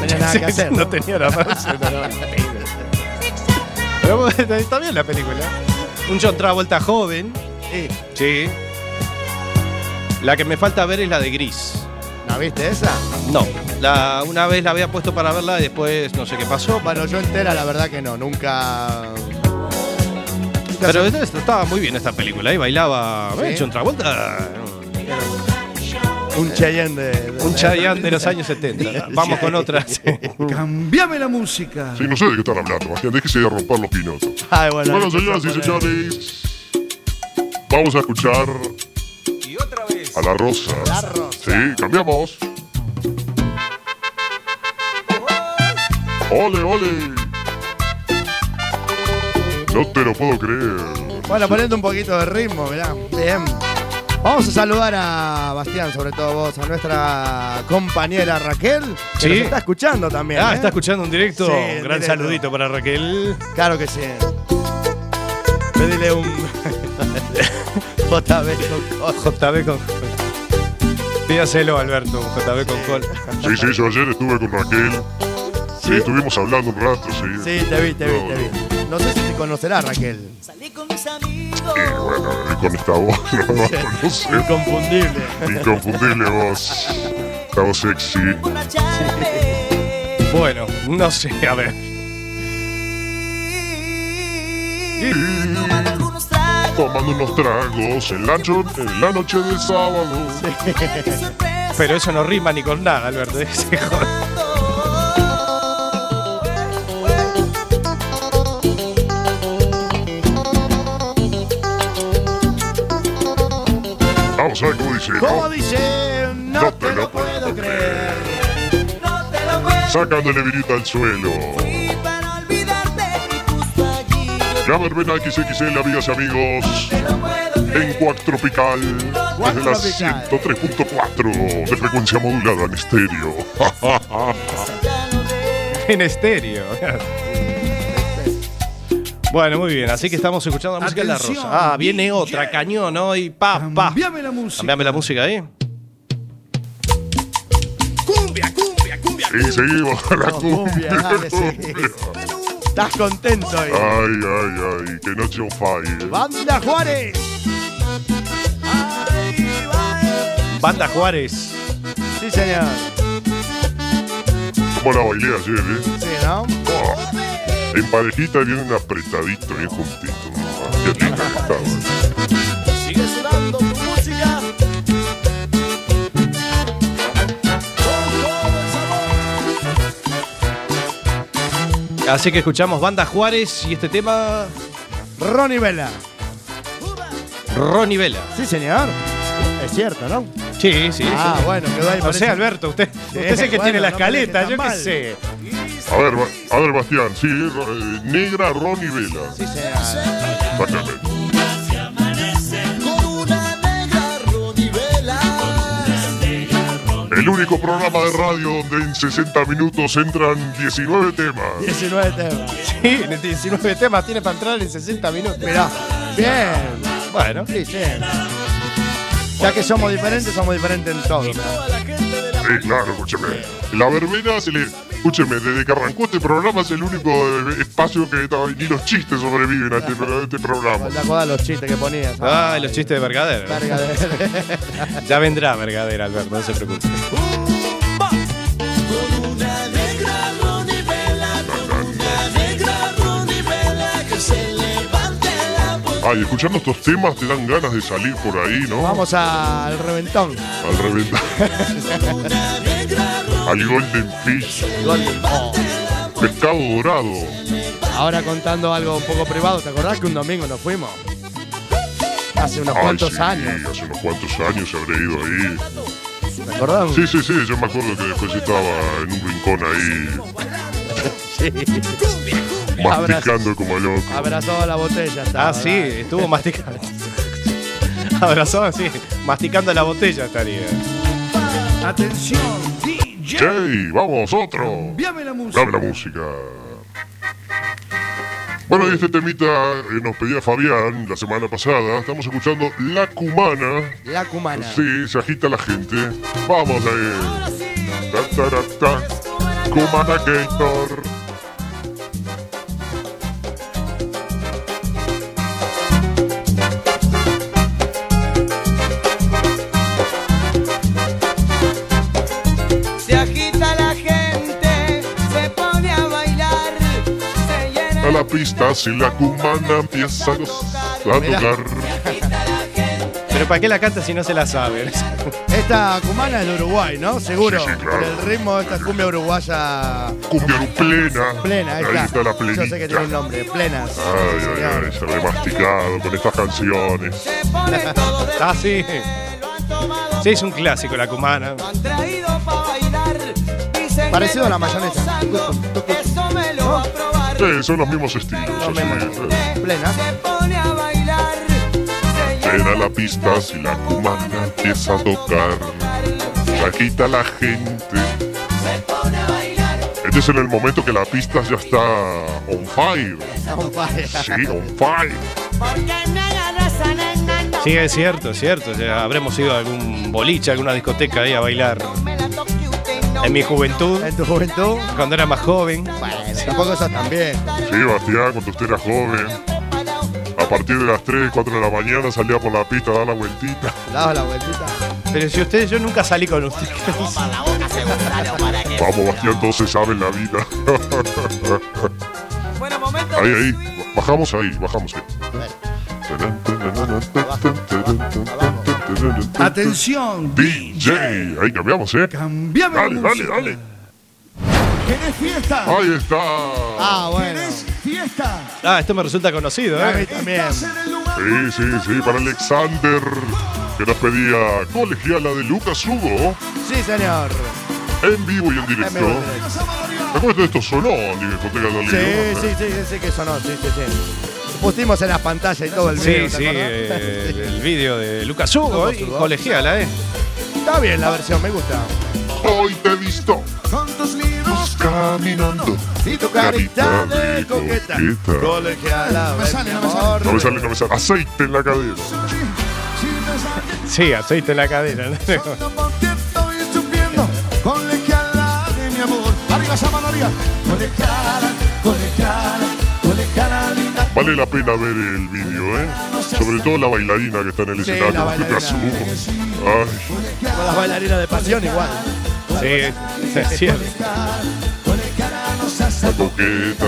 Speaker 7: tenía nada que hacer.
Speaker 6: No tenía nada más. no, no. Pero bueno, está- está bien la película. Un John Travolta joven. Sí. La que me falta ver es la de Gris.
Speaker 7: ¿La viste esa?
Speaker 6: No. La, una vez la había puesto para verla y después no sé qué pasó.
Speaker 7: Bueno, yo entera, la verdad que no, nunca.
Speaker 6: Pero esta- estaba muy bien esta película. Y bailaba
Speaker 7: Sí.
Speaker 6: eh, John Travolta.
Speaker 7: Un Cheyenne de.
Speaker 6: Un Chayanne de los años 70. Vamos con otra. Eh, sí.
Speaker 11: Cambiame la música.
Speaker 5: Sí, no sé de qué están hablando, Bastián. Déjese de romper los pinotos.
Speaker 7: Ay,
Speaker 5: Bueno, señoras y señores, vamos a escuchar a la rosa.
Speaker 7: La Rosa.
Speaker 5: Sí, cambiamos. Ole, ole. No te lo puedo creer.
Speaker 7: Bueno, poniendo un poquito de ritmo, mirá. Bien. Vamos a saludar a Bastián, sobre todo vos, a nuestra compañera Raquel, que
Speaker 6: Sí.
Speaker 7: nos está escuchando también.
Speaker 6: Ah,
Speaker 7: ¿eh?
Speaker 6: está escuchando en directo.
Speaker 7: Sí,
Speaker 6: un
Speaker 7: en
Speaker 6: gran
Speaker 7: directo.
Speaker 6: saludito para Raquel.
Speaker 7: Claro que sí. Pedile un. JB con cosas.
Speaker 6: JB con. Pídaselo, Alberto. un JB con col.
Speaker 5: Sí, sí, yo ayer estuve con Raquel. Sí, estuvimos hablando un rato, sí.
Speaker 7: Sí, te vi, te vi,
Speaker 5: No,
Speaker 7: te vi. No sé si te conocerá Raquel.
Speaker 5: eh, bueno, eh, con esta voz, no, no sé.
Speaker 7: Inconfundible.
Speaker 5: Inconfundible voz. Esta voz sexy.
Speaker 6: Bueno, no sé, a ver.
Speaker 5: Tomando unos tragos en la, cho- en la noche del sábado.
Speaker 6: Pero eso no rima ni con nada, Alberto. Ese joder.
Speaker 5: Vamos a ver cómo dice.
Speaker 7: ¿Cómo dice? No te lo puedo creer.
Speaker 5: Sacando la virita al suelo. La verbena XXL, amigas y amigos. En Cuac Tropical.
Speaker 7: Cuac
Speaker 5: Desde la
Speaker 7: Tropical.
Speaker 5: 103.4 de frecuencia modulada en estéreo.
Speaker 6: En estéreo. Bueno, muy bien, así que estamos escuchando la música de la
Speaker 11: Atención,
Speaker 6: rosa. Ah, viene otra, cañón hoy, pa, pa. Cambiame
Speaker 11: la música.
Speaker 6: Cambiame la música ahí.
Speaker 5: y seguimos a la cumbia.
Speaker 7: Estás contento
Speaker 5: Ay,
Speaker 7: hoy.
Speaker 5: ay, ay, qué noche on fire.
Speaker 7: ¡Banda Juárez!
Speaker 6: Banda Juárez.
Speaker 7: Sí, señor.
Speaker 5: Como la bailé ayer, eh. Oh.
Speaker 7: Sí, ¿no?
Speaker 5: En parejita vienen apretadito, bien juntito. Ah, Qué linda que estaba.
Speaker 4: Sigue sonando tu música.
Speaker 6: Así que escuchamos Banda Juárez y este tema,
Speaker 7: Ronnie Vela.
Speaker 6: Ronnie Vela.
Speaker 7: Sí, señor. Es cierto, ¿no?
Speaker 6: Sí, sí.
Speaker 7: Ah, bueno, quedó ahí,
Speaker 6: No
Speaker 7: parece.
Speaker 6: sé, Alberto, usted, usted es el que
Speaker 7: bueno,
Speaker 6: tiene la
Speaker 7: no parece
Speaker 6: escaleta,
Speaker 7: tan
Speaker 6: yo qué
Speaker 7: mal.
Speaker 6: sé.
Speaker 5: A ver, Ba- a ver, Bastián, sí, ro- eh, negra Ronnie Vela.
Speaker 7: Sí, señor.
Speaker 5: Exactamente. El único programa de radio donde en 60 minutos entran 19 temas.
Speaker 7: 19 temas.
Speaker 6: Sí, 19 temas tiene para entrar en 60 minutos.
Speaker 7: Mirá. Bien.
Speaker 6: Bueno,
Speaker 7: Sí, sí. Ya que somos diferentes, somos diferentes en todo.
Speaker 5: Sí, claro, escúcheme. La verbena se le. Escúcheme, desde que arrancó este programa es el único eh, espacio que esta- ni los chistes sobreviven a este, a este programa.
Speaker 7: ¿Te acordás los chistes que ponías?
Speaker 6: Ah, los chistes de Vergadero.
Speaker 7: Verga de-
Speaker 6: Ya vendrá Vergadero, Alberto, no se preocupe.
Speaker 5: Ay, escuchando estos temas te dan ganas de salir por ahí, ¿no?
Speaker 7: Vamos al reventón.
Speaker 5: Al reventar. Al Golden Fish. Pescado dorado.
Speaker 7: Ahora contando algo un poco privado, ¿te acordás que un domingo nos fuimos? Hace unos
Speaker 5: Ay,
Speaker 7: cuantos
Speaker 5: sí,
Speaker 7: años.
Speaker 5: Hace unos cuantos años habré ido ahí.
Speaker 7: ¿Te acordás?
Speaker 5: Sí, sí, sí, yo me acuerdo que después estaba en un rincón ahí
Speaker 7: Abrazó,
Speaker 5: masticando como loco.
Speaker 7: abrazado a la botella. estaba,
Speaker 6: Ah, sí,
Speaker 7: ¿verdad?
Speaker 6: estuvo masticando. Abrazado así, masticando la botella estaría.
Speaker 11: Atención, DJ.
Speaker 5: Che, vamos, otro.
Speaker 11: Cambiame la música.
Speaker 5: Dame la música. Bueno, y este temita eh, nos pedía Fabián la semana pasada. Estamos escuchando La Cumana.
Speaker 7: La cumana.
Speaker 5: Sí, se agita la gente. Vamos ahí. Ta, ta, ra, ta. Kumana Gator.
Speaker 10: Se agita la gente, se pone a bailar, se llena
Speaker 5: A la pista si la Kumana empieza a gozar, a
Speaker 6: Mirá.
Speaker 5: tocar.
Speaker 6: Pero ¿para qué la canta si no se la sabe?
Speaker 7: Esta cumana es de Uruguay, ¿no? Seguro.
Speaker 6: Sí, sí, claro.
Speaker 7: Por el ritmo de esta cumbia uruguaya.
Speaker 5: Cumbia plena.
Speaker 7: Plena, ahí
Speaker 5: Ahí
Speaker 7: está.
Speaker 5: está la
Speaker 7: Yo sé que tiene un
Speaker 5: plenita.
Speaker 7: nombre, plenas.
Speaker 5: Ay, ay, ay, se ve masticado con estas canciones.
Speaker 6: ah, sí. Sí, es un clásico la cumana.
Speaker 10: han traído pa' bailar. Dicen
Speaker 7: Parecido
Speaker 10: que
Speaker 7: a la
Speaker 10: está
Speaker 7: mayonesa.
Speaker 10: gozando, Eso me lo va a probar.
Speaker 5: Sí, son los mismos estilos. así, eh.
Speaker 7: Plena.
Speaker 10: Se pone a bailar,
Speaker 5: Era la pista si la cumana empieza a tocar. La quita la gente. Este es en el momento que la pista ya está on fire. Sí, on fire.
Speaker 6: Sí, es cierto, es cierto. Ya habremos ido a algún boliche, a alguna discoteca ahí a bailar. En mi juventud.
Speaker 7: En tu juventud.
Speaker 6: Cuando era más joven.
Speaker 7: Tampoco esas también.
Speaker 5: Sí, Bastián, cuando usted era joven. A partir de las 3, 4 de la mañana salía por la pista a dar la vueltita.
Speaker 7: Daba la vueltita.
Speaker 6: Pero si usted, yo nunca salí con usted.
Speaker 5: Vamos, Bastián, entonces saben la vida. ahí, ahí. Bajamos ahí, bajamos ahí.
Speaker 11: Atención,
Speaker 5: DJ. Ahí cambiamos, ¿eh?
Speaker 11: Cambiame la
Speaker 5: Dale, dale,
Speaker 11: música.
Speaker 5: dale.
Speaker 11: ¿Querés fiesta?
Speaker 5: Ahí está.
Speaker 7: Ah, bueno.
Speaker 11: ¿Querés
Speaker 6: ¿Eh?
Speaker 11: fiesta?
Speaker 6: Ah, esto me resulta conocido,
Speaker 7: Ah,
Speaker 6: ¿eh?
Speaker 7: también.
Speaker 5: Sí, sí, sí, para Alexander, que nos pedía colegiala de Lucas Hugo,
Speaker 7: Sí, señor.
Speaker 5: en vivo y en
Speaker 7: En
Speaker 5: directo.
Speaker 7: vivo y en
Speaker 5: ¿Te acuerdas de esto? Sonó en discotecas de
Speaker 7: Sí,
Speaker 5: Lido.
Speaker 7: sí, sí, sí, sí, que sonó, sí, sí, sí. Pusimos en las pantallas y todo el video.
Speaker 6: Sí,
Speaker 7: ¿te
Speaker 6: sí,
Speaker 7: acordás?
Speaker 6: eh, el vídeo de Lucas Hugo,
Speaker 7: Lucas
Speaker 6: y
Speaker 7: Hugo.
Speaker 6: colegiala, ¿eh?
Speaker 7: Está bien la versión, me gusta.
Speaker 5: Hoy te he visto
Speaker 11: Con tus libros
Speaker 5: caminando.
Speaker 7: Y tu
Speaker 5: Carita
Speaker 7: carita
Speaker 5: de
Speaker 7: de coqueta.
Speaker 5: coqueta.
Speaker 7: Colegiala,
Speaker 11: Me sale, no me
Speaker 7: mi
Speaker 11: sale.
Speaker 7: amor.
Speaker 5: No me sale, no me sale. Aceite en la cadera.
Speaker 6: Sí, aceite en la cadena.
Speaker 11: Estoy sufriendo con la cara de mi amor. Arriba esa mano arriba. Con la cara, con la cara, con la cara linda.
Speaker 5: Vale la pena ver el vídeo, ¿eh? Sobre todo la bailarina que está en el
Speaker 7: Sí,
Speaker 5: escenario.
Speaker 7: la bailarina.
Speaker 5: Lucas Hugo. Ay,
Speaker 7: Con las bailarinas de pasión igual.
Speaker 6: Sí, es cierto.
Speaker 5: la coqueta.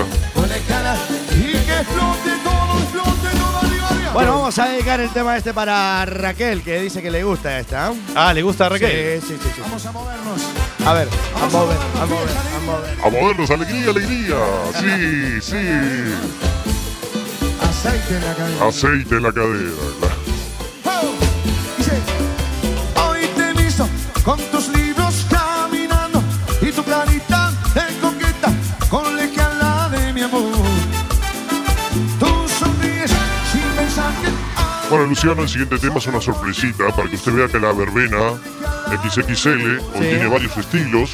Speaker 11: Y que explote todo, explote todo arriba, arriba.
Speaker 7: Bueno, vamos a dedicar el tema este para Raquel, que dice que le gusta esta. ¿eh?
Speaker 6: Ah, ¿le gusta a Raquel?
Speaker 7: Sí, sí, sí. sí.
Speaker 11: Vamos a movernos.
Speaker 7: A ver, a mover, a mover, a mover.
Speaker 5: A movernos, alegría, alegría. Sí, sí.
Speaker 11: Aceite en la cadena.
Speaker 5: Aceite en la cadera. claro.
Speaker 11: ¡Oh! Dice, hoy te he visto con tus libros caminando y tu clarita de coqueta con la cara de mi amor. Tú sonríes sin pensar que
Speaker 5: Bueno, Luciano, el siguiente tema es una sorpresita para que usted vea que la verbena XXL contiene varios estilos.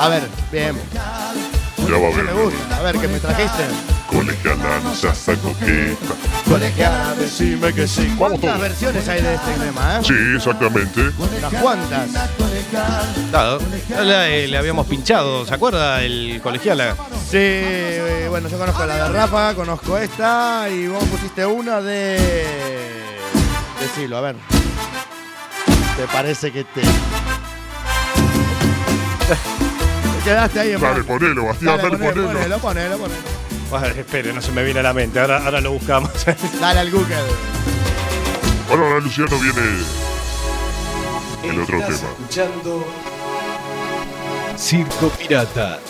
Speaker 7: A ver, bien.
Speaker 5: Ya va a
Speaker 7: Me
Speaker 5: ver.
Speaker 7: gusta. A ver, que me trajiste.
Speaker 5: Colegialanza, hasta coqueta.
Speaker 7: Colegiala, decime que sí.
Speaker 5: Vamos
Speaker 7: ¿Cuántas
Speaker 5: todos.
Speaker 7: versiones hay de este tema, eh?
Speaker 5: Sí, exactamente.
Speaker 7: Unas cuantas.
Speaker 6: Claro. Ya Le, le habíamos pinchado, ¿se acuerda? El colegiala.
Speaker 7: Sí, eh, bueno, yo conozco la de Rafa, conozco esta y vos pusiste una de. Decilo, a ver. ¿Te parece que te.? Te quedaste ahí en
Speaker 5: Dale, ponelo, Bastián,
Speaker 7: Dale,
Speaker 5: dale,
Speaker 7: ponelo,
Speaker 5: ponelo.
Speaker 7: ponelo, ponelo, ponelo.
Speaker 6: Bueno, espere, no se me viene a la mente. Ahora, ahora lo buscamos.
Speaker 7: Dale al Google.
Speaker 5: Bueno, ahora Luciano viene el otro
Speaker 3: Estás
Speaker 5: tema.
Speaker 3: escuchando Circo Pirata.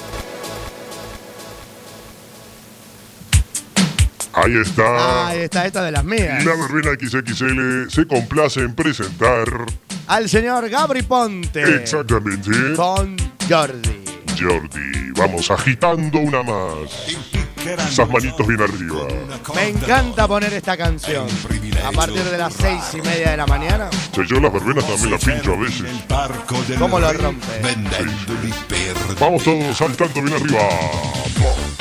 Speaker 5: Ahí está.
Speaker 7: Ahí está, esta de las mías.
Speaker 5: Ah. La verbena XXL se complace en presentar.
Speaker 7: Al señor Gabri Ponte.
Speaker 5: Exactamente.
Speaker 7: Con Jordi.
Speaker 5: Jordi, vamos agitando una más. Esas manitos bien arriba.
Speaker 7: Me encanta poner esta canción. A partir de las seis y media de la mañana.
Speaker 5: Che, yo las verbenas también las pincho a veces.
Speaker 7: ¿Cómo lo rompe?
Speaker 5: Vamos todos saltando bien arriba. Pa,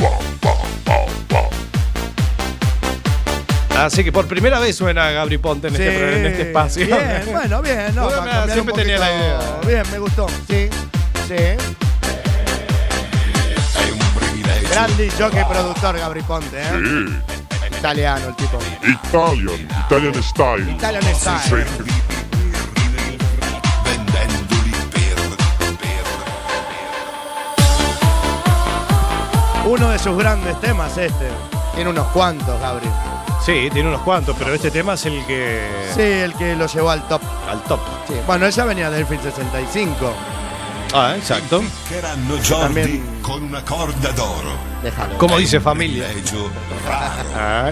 Speaker 5: pa, pa, pa, pa.
Speaker 6: Así que por primera vez suena Gabri Ponte en, este, pro- en este espacio.
Speaker 7: Bien, bueno, bien, no.
Speaker 6: Bueno,
Speaker 7: para cambiar un
Speaker 6: siempre tenía la
Speaker 7: poquito. Bien, me gustó. Sí, sí. Gran DJ productor Gabri Ponte, ¿eh?
Speaker 5: Sí.
Speaker 7: Italiano el tipo.
Speaker 5: Italian, Italian style.
Speaker 7: Italian style.
Speaker 5: Sí.
Speaker 7: Uno de sus grandes temas este. Tiene unos cuantos, Gabri.
Speaker 6: Sí, tiene unos cuantos, pero este tema es el que.
Speaker 7: Sí, el que lo llevó al top.
Speaker 6: Al top.
Speaker 7: Sí. Bueno, ella venía del film 65.
Speaker 6: Ah, exacto.
Speaker 15: Saranno Jordi
Speaker 7: También.
Speaker 15: con una corda d'oro.
Speaker 7: Déjalo.
Speaker 6: Como dice familia. Ah.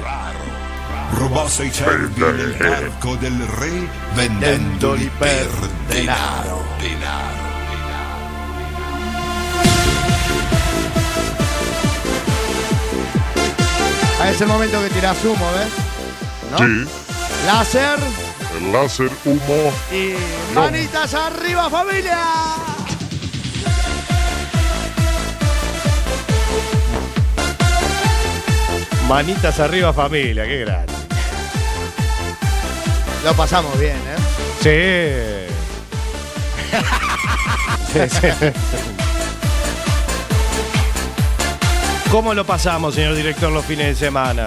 Speaker 15: Rubò sei cervi nel parco del re vendendoli per denaro. denaro.
Speaker 7: Ah, Es el momento que tirás humo, ¿ves? ¿No? Láser
Speaker 5: El láser, humo.
Speaker 7: y manitas arriba, familia.
Speaker 6: Manitas arriba, familia, qué grande.
Speaker 7: Lo pasamos bien, ¿eh?
Speaker 6: Sí. Sí, sí. ¿Cómo lo pasamos, señor director, los fines de semana?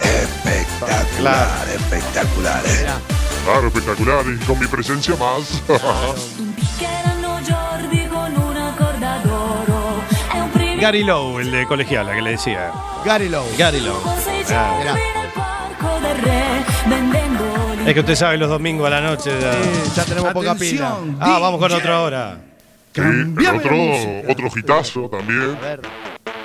Speaker 15: Espectacular, espectacular.
Speaker 5: Claro, espectacular. Y con mi presencia más.
Speaker 12: Che erano Jordi con una corda d'oro. È un privilegio.
Speaker 6: Gary Lowe, el de colegiala que le decía.
Speaker 7: Gary Lowe.
Speaker 6: Gary Lowe.
Speaker 12: Con sei
Speaker 6: Ah.
Speaker 12: giorni nel parco del re, vendendoli.
Speaker 6: Es que usted sabe los domingos a la noche. ya-
Speaker 7: Ya tenemos poca pila.
Speaker 6: Ah, vamos con otra hora.
Speaker 5: Sí, el otro, otro hitazo también.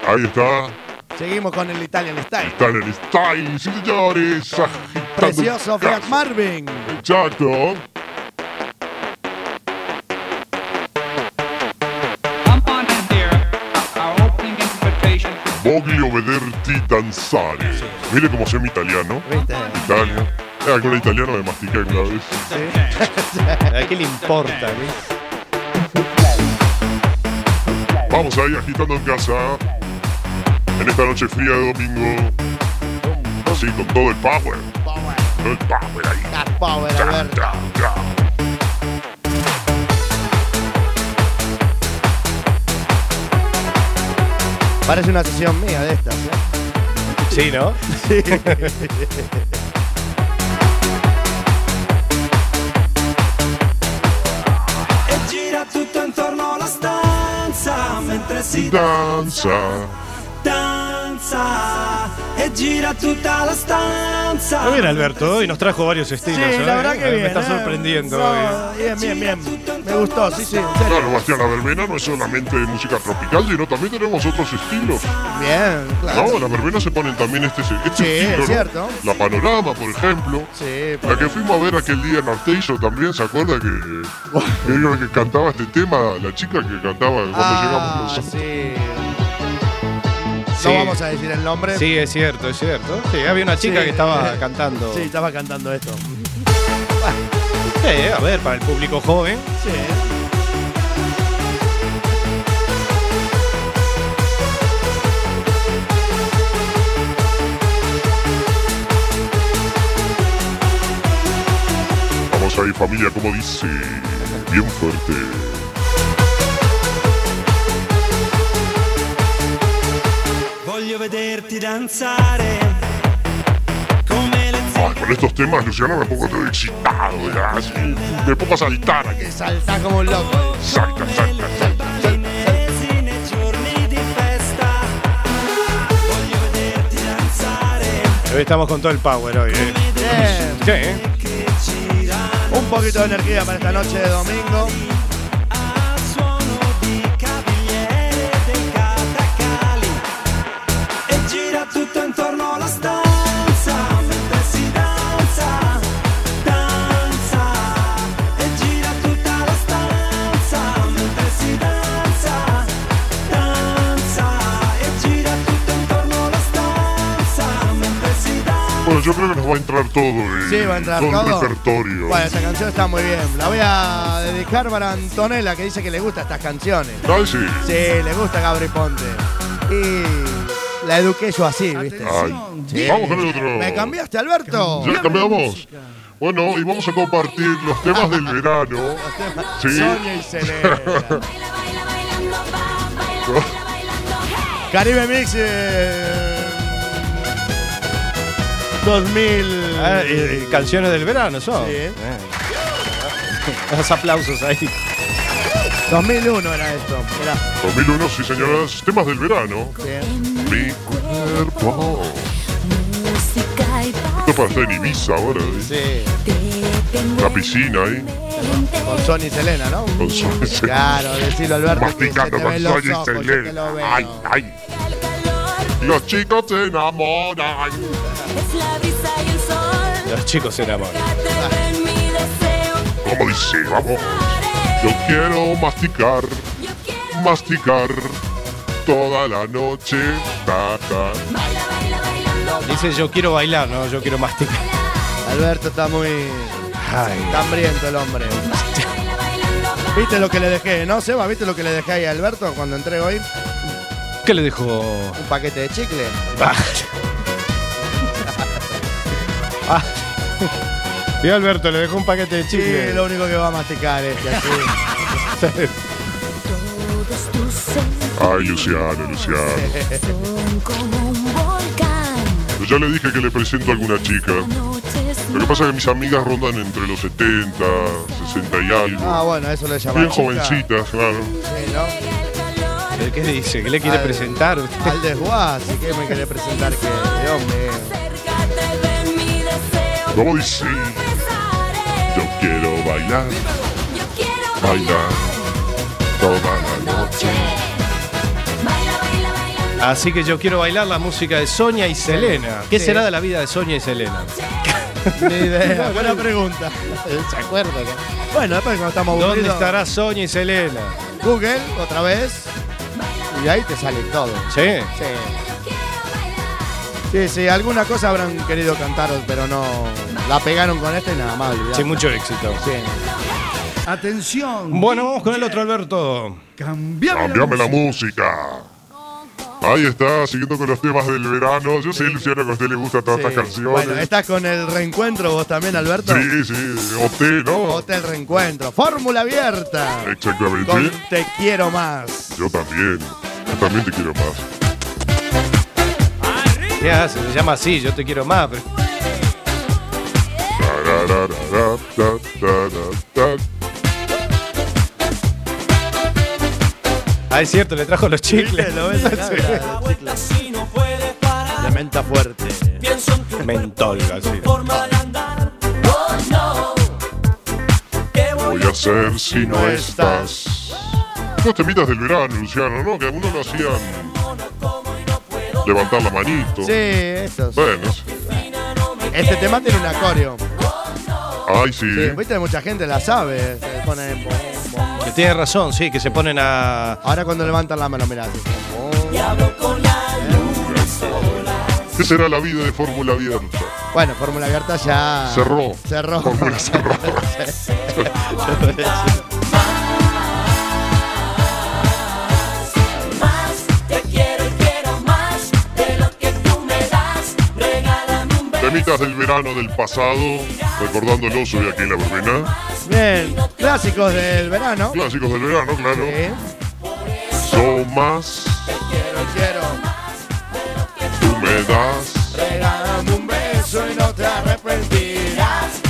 Speaker 5: Ahí está.
Speaker 7: Seguimos con el Italian Style.
Speaker 5: Italian style, sí, señores. Agitando
Speaker 7: Precioso
Speaker 5: ca-
Speaker 7: Frank Marvin.
Speaker 5: Exacto. Voglio vederti danzare. Mire cómo sé mi italiano.
Speaker 7: ¿Viste?
Speaker 5: Italia. Eh, Algún italiano me masticé una vez.
Speaker 6: ¿A qué le importa? qué?
Speaker 5: Vamos ahí agitando en casa. En esta noche fría de domingo. Así, con todo el power. Todo el power ahí.
Speaker 7: Car Power, a ver.
Speaker 5: Cha, cha.
Speaker 7: Parece una sesión mía de estas, ¿eh?
Speaker 6: Sí, ¿no?
Speaker 10: E gira tutto intorno alla stanza mentre si
Speaker 5: Danza.
Speaker 10: danza. E gira tutta la stanza.
Speaker 6: Muy bien, Alberto. Hoy nos trajo varios
Speaker 7: Sí,
Speaker 6: estilos. ¿eh?
Speaker 7: la verdad que bien.
Speaker 6: Me está
Speaker 7: ¿eh?
Speaker 6: sorprendiendo.
Speaker 7: No,
Speaker 6: hoy.
Speaker 7: bien, bien, bien. Me gustó, sí, sí. en serio.
Speaker 5: Claro, Bastián, la verbena no es solamente música tropical, sino también tenemos otros estilos.
Speaker 7: Bien, claro.
Speaker 5: No, la verbena se ponen también este, este
Speaker 7: Sí, es
Speaker 5: estilo, ¿no?
Speaker 7: cierto.
Speaker 5: La panorama, por ejemplo.
Speaker 7: Sí,
Speaker 5: La
Speaker 7: por-
Speaker 5: que fuimos a ver aquel día en Arteiso también, ¿se acuerda que, que era la que cantaba este tema? La chica que cantaba cuando
Speaker 7: Ah,
Speaker 5: llegamos los
Speaker 7: sí.
Speaker 6: Sí.
Speaker 7: No vamos a decir el nombre.
Speaker 6: Sí, es cierto, es cierto. Sí, había una chica
Speaker 7: Sí.
Speaker 6: que estaba cantando.
Speaker 7: Sí, estaba cantando esto.
Speaker 6: Sí, Eh, a ver, para el público joven.
Speaker 7: Sí.
Speaker 5: Vamos ahí, familia, como dice. Bien fuerte.
Speaker 10: Voglio vederti danzare. Come le
Speaker 5: Ay, con estos temas, Luciano, me pongo todo excitado, ya, así. Me pongo a saltar aquí.
Speaker 7: Salta como un loco.
Speaker 5: Salta, salta, salta.
Speaker 10: zinesi nei giorni di festa. Voglio vederti danzare.
Speaker 6: Hoy estamos con todo el power hoy. ¿eh?
Speaker 7: Bien.
Speaker 6: Sí, ¿eh?
Speaker 10: Che gira
Speaker 7: Un poquito de energía para esta noche de domingo.
Speaker 10: al suono di cavigliere dei catacali. E gira tutto intorno alla stanza. Mentre si danza, danza. E gira tutta la stanza. Mentre si danza, danza. E gira tutto intorno alla stanza. Mentre si danza.
Speaker 5: Bueno, yo creo que nos va a entrar todo el,
Speaker 7: Sí, va a entrar
Speaker 5: todo el
Speaker 7: todo.
Speaker 5: repertorio.
Speaker 7: Bueno, esa canción está muy bien. La voy a dedicar para Antonella, que dice que le gustan estas canciones.
Speaker 5: Ay, sí.
Speaker 7: Sí, le gusta Gabri Ponte. Y la eduqué yo así, ¿viste?
Speaker 5: Ay.
Speaker 7: Sí.
Speaker 5: Vamos con el otro.
Speaker 7: ¿Me cambiaste, Alberto?
Speaker 5: Ya cambiamos. Bueno, y vamos a compartir los temas del verano. Sí.
Speaker 7: Sonia y Selena. Caribe Mix eh, 2000.
Speaker 6: Ah, eh, canciones del verano son.
Speaker 7: Sí, ¿eh?
Speaker 6: Los aplausos ahí.
Speaker 7: 2001 era esto. Mirá.
Speaker 5: 2001, sí señoras, temas del verano. Mi cuerpo. Esto es para estar en Ibiza ahora, ¿eh? Una piscina ahí.
Speaker 7: Con Sony y Selena, ¿no?
Speaker 5: Con Sony y Selena.
Speaker 7: Claro, decilo Alberto. que
Speaker 5: Masticando
Speaker 7: se te
Speaker 5: con
Speaker 7: ven los
Speaker 5: Sony y
Speaker 7: ojos, yo te
Speaker 5: Selena.
Speaker 7: lo veo.
Speaker 5: Ay, ay. Los chicos se enamoran.
Speaker 6: Los chicos se enamoran.
Speaker 5: Como dice, vamos. Yo quiero masticar, masticar toda la noche. Ta, ta.
Speaker 6: Dice yo quiero bailar, no, yo quiero masticar.
Speaker 7: Alberto está muy.
Speaker 6: Ay.
Speaker 7: Está hambriento el hombre. ¿Viste lo que le dejé, no, Seba? ¿Viste lo que le dejé ahí a Alberto cuando entré hoy?
Speaker 6: ¿Qué le dejó?
Speaker 7: Un paquete de chicle.
Speaker 6: Ah. Y Alberto le dejó un paquete de chicle.
Speaker 7: Sí, lo único que va a masticar este así.
Speaker 5: Ay, Luciano, Luciano. Yo le dije que le presento a alguna chica. Lo que pasa es que mis amigas rondan entre los 70, 60 y
Speaker 7: Ah,
Speaker 5: algo.
Speaker 7: bueno, eso lo llamaba.
Speaker 5: Bien jovencitas, claro.
Speaker 6: ¿Qué dice? ¿Qué le quiere
Speaker 7: Al-
Speaker 6: presentar?
Speaker 7: Al desguaz, así que me quería presentar que. de hombre.
Speaker 5: ¿Cómo dice? Yo quiero bailar, bailar toda la noche.
Speaker 6: Así que yo quiero bailar la música de Sonia y Selena. ¿Qué
Speaker 7: Sí.
Speaker 6: será de la vida de Sonia y Selena?
Speaker 7: Ni idea. Buena pregunta. Se acuerda. Bueno, después cuando estamos aburridos.
Speaker 6: ¿Dónde estará Sonia y Selena?
Speaker 7: Google, otra vez. Y ahí te sale todo.
Speaker 6: ¿Sí?
Speaker 7: Sí. Sí, sí, alguna cosa habrán querido cantaros, pero no. La pegaron con esta y nada más. olvidate.
Speaker 6: Sin mucho éxito.
Speaker 11: Atención.
Speaker 6: Bueno, vamos con el otro Alberto.
Speaker 5: Cambiame la música. Ahí está, siguiendo con los temas del verano. Yo sé, Luciano, que a usted le gustan todas
Speaker 7: Sí.
Speaker 5: estas canciones.
Speaker 7: Bueno, estás con el reencuentro vos también, Alberto.
Speaker 5: Sí, sí, opté, ¿no?
Speaker 7: Hotel Reencuentro. Fórmula abierta.
Speaker 5: Exactamente.
Speaker 7: Con Te quiero más.
Speaker 5: Yo también. Yo también te quiero más.
Speaker 6: ¿Qué hace? Se llama así, yo te quiero más. pero-
Speaker 5: Tarararara, ta, ta, ta, ta.
Speaker 6: Ah, es cierto, le trajo los chicles.
Speaker 10: Si no puedes parar,
Speaker 7: De menta fuerte.
Speaker 10: pienso en tu
Speaker 6: Mentol, así.
Speaker 10: forma de andar. Oh no,
Speaker 5: Voy a hacer si no estás. Los temitas del verano, Luciano, ¿no? Que algunos lo hacían levantar la manito.
Speaker 7: Sí, eso.
Speaker 5: Bueno,
Speaker 7: Este tema tiene un acorio.
Speaker 5: ay, sí. ¿eh?
Speaker 7: Sí, viste, mucha gente la sabe. Se ponen-
Speaker 6: Que tiene razón, sí, que se ponen a.
Speaker 7: Ahora cuando levantan la mano, mirá. así.
Speaker 5: ¿Qué será la vida de fórmula abierta?
Speaker 7: Bueno, fórmula abierta ya.
Speaker 5: Cerró.
Speaker 7: Ah. Cerró.
Speaker 5: Fórmula cerró.
Speaker 8: Más te quiero y quiero más de lo que tú me das. Regálame un beso.
Speaker 5: Temitas del verano del pasado, recordándolos hoy aquí en la verbena.
Speaker 7: Bien, clásicos del verano.
Speaker 5: Clásicos del verano, claro.
Speaker 7: Sí.
Speaker 5: Son más,
Speaker 7: Quiero, quiero.
Speaker 5: tú me das,
Speaker 7: Regálame un beso y no te arrepentirás.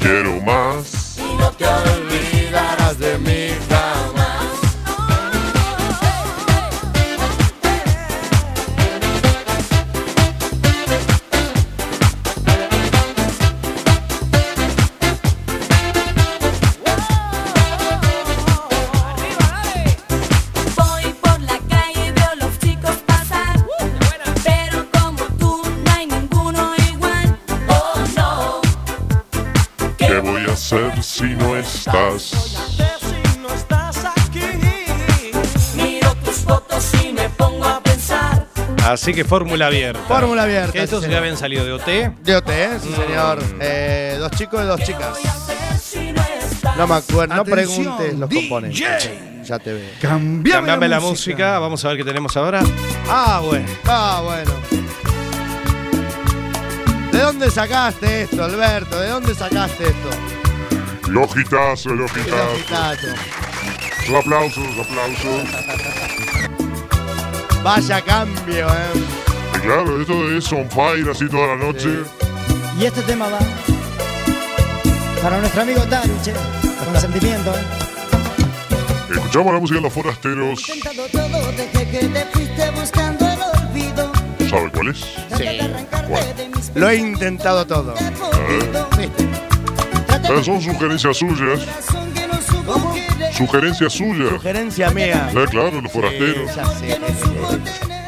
Speaker 5: quiero más.
Speaker 7: No te olvidarás de mí jamás.
Speaker 12: Voy por la calle y veo los chicos pasar. Pero como tú no hay ninguno igual. Oh no,
Speaker 5: ¿Qué voy a hacer si no estás?
Speaker 10: si no estás aquí.
Speaker 8: Miro tus fotos y me pongo a pensar.
Speaker 6: Así que fórmula abierta.
Speaker 7: Fórmula abierta,
Speaker 6: Que estos
Speaker 7: sí.
Speaker 6: ya habían salido de OT.
Speaker 7: De OT, ¿eh? sí, señor. Eh, dos chicos y dos chicas.
Speaker 8: Si no estás,
Speaker 7: No me acuerdo, no
Speaker 11: Atención,
Speaker 7: preguntes los
Speaker 11: DJ.
Speaker 7: componentes. Ya te veo.
Speaker 11: Cambiame,
Speaker 6: Cambiame la música, vamos a ver qué tenemos ahora.
Speaker 7: Ah, bueno. Ah, bueno. ¿De dónde sacaste esto, Alberto? ¿De dónde sacaste esto?
Speaker 5: Logitazo,
Speaker 7: Qué
Speaker 5: logitazo.
Speaker 7: lojitazo.
Speaker 5: Aplausos, aplausos.
Speaker 7: Vaya cambio, eh.
Speaker 5: Y Claro, esto es on fire así toda la noche.
Speaker 16: Y este tema va para nuestro amigo Daru, che, con sentimiento, ¿eh?
Speaker 5: Escuchamos la música de los forasteros.
Speaker 2: Intentando todo desde que te fuiste buscando el olvido.
Speaker 5: ¿Sabe cuál es?
Speaker 7: Sí. Lo he intentado todo.
Speaker 5: Esas Eh, son sugerencias suyas. Sugerencias suyas.
Speaker 7: Sugerencia mía.
Speaker 5: Ah, claro, los forasteros.
Speaker 7: Sí, ya sé.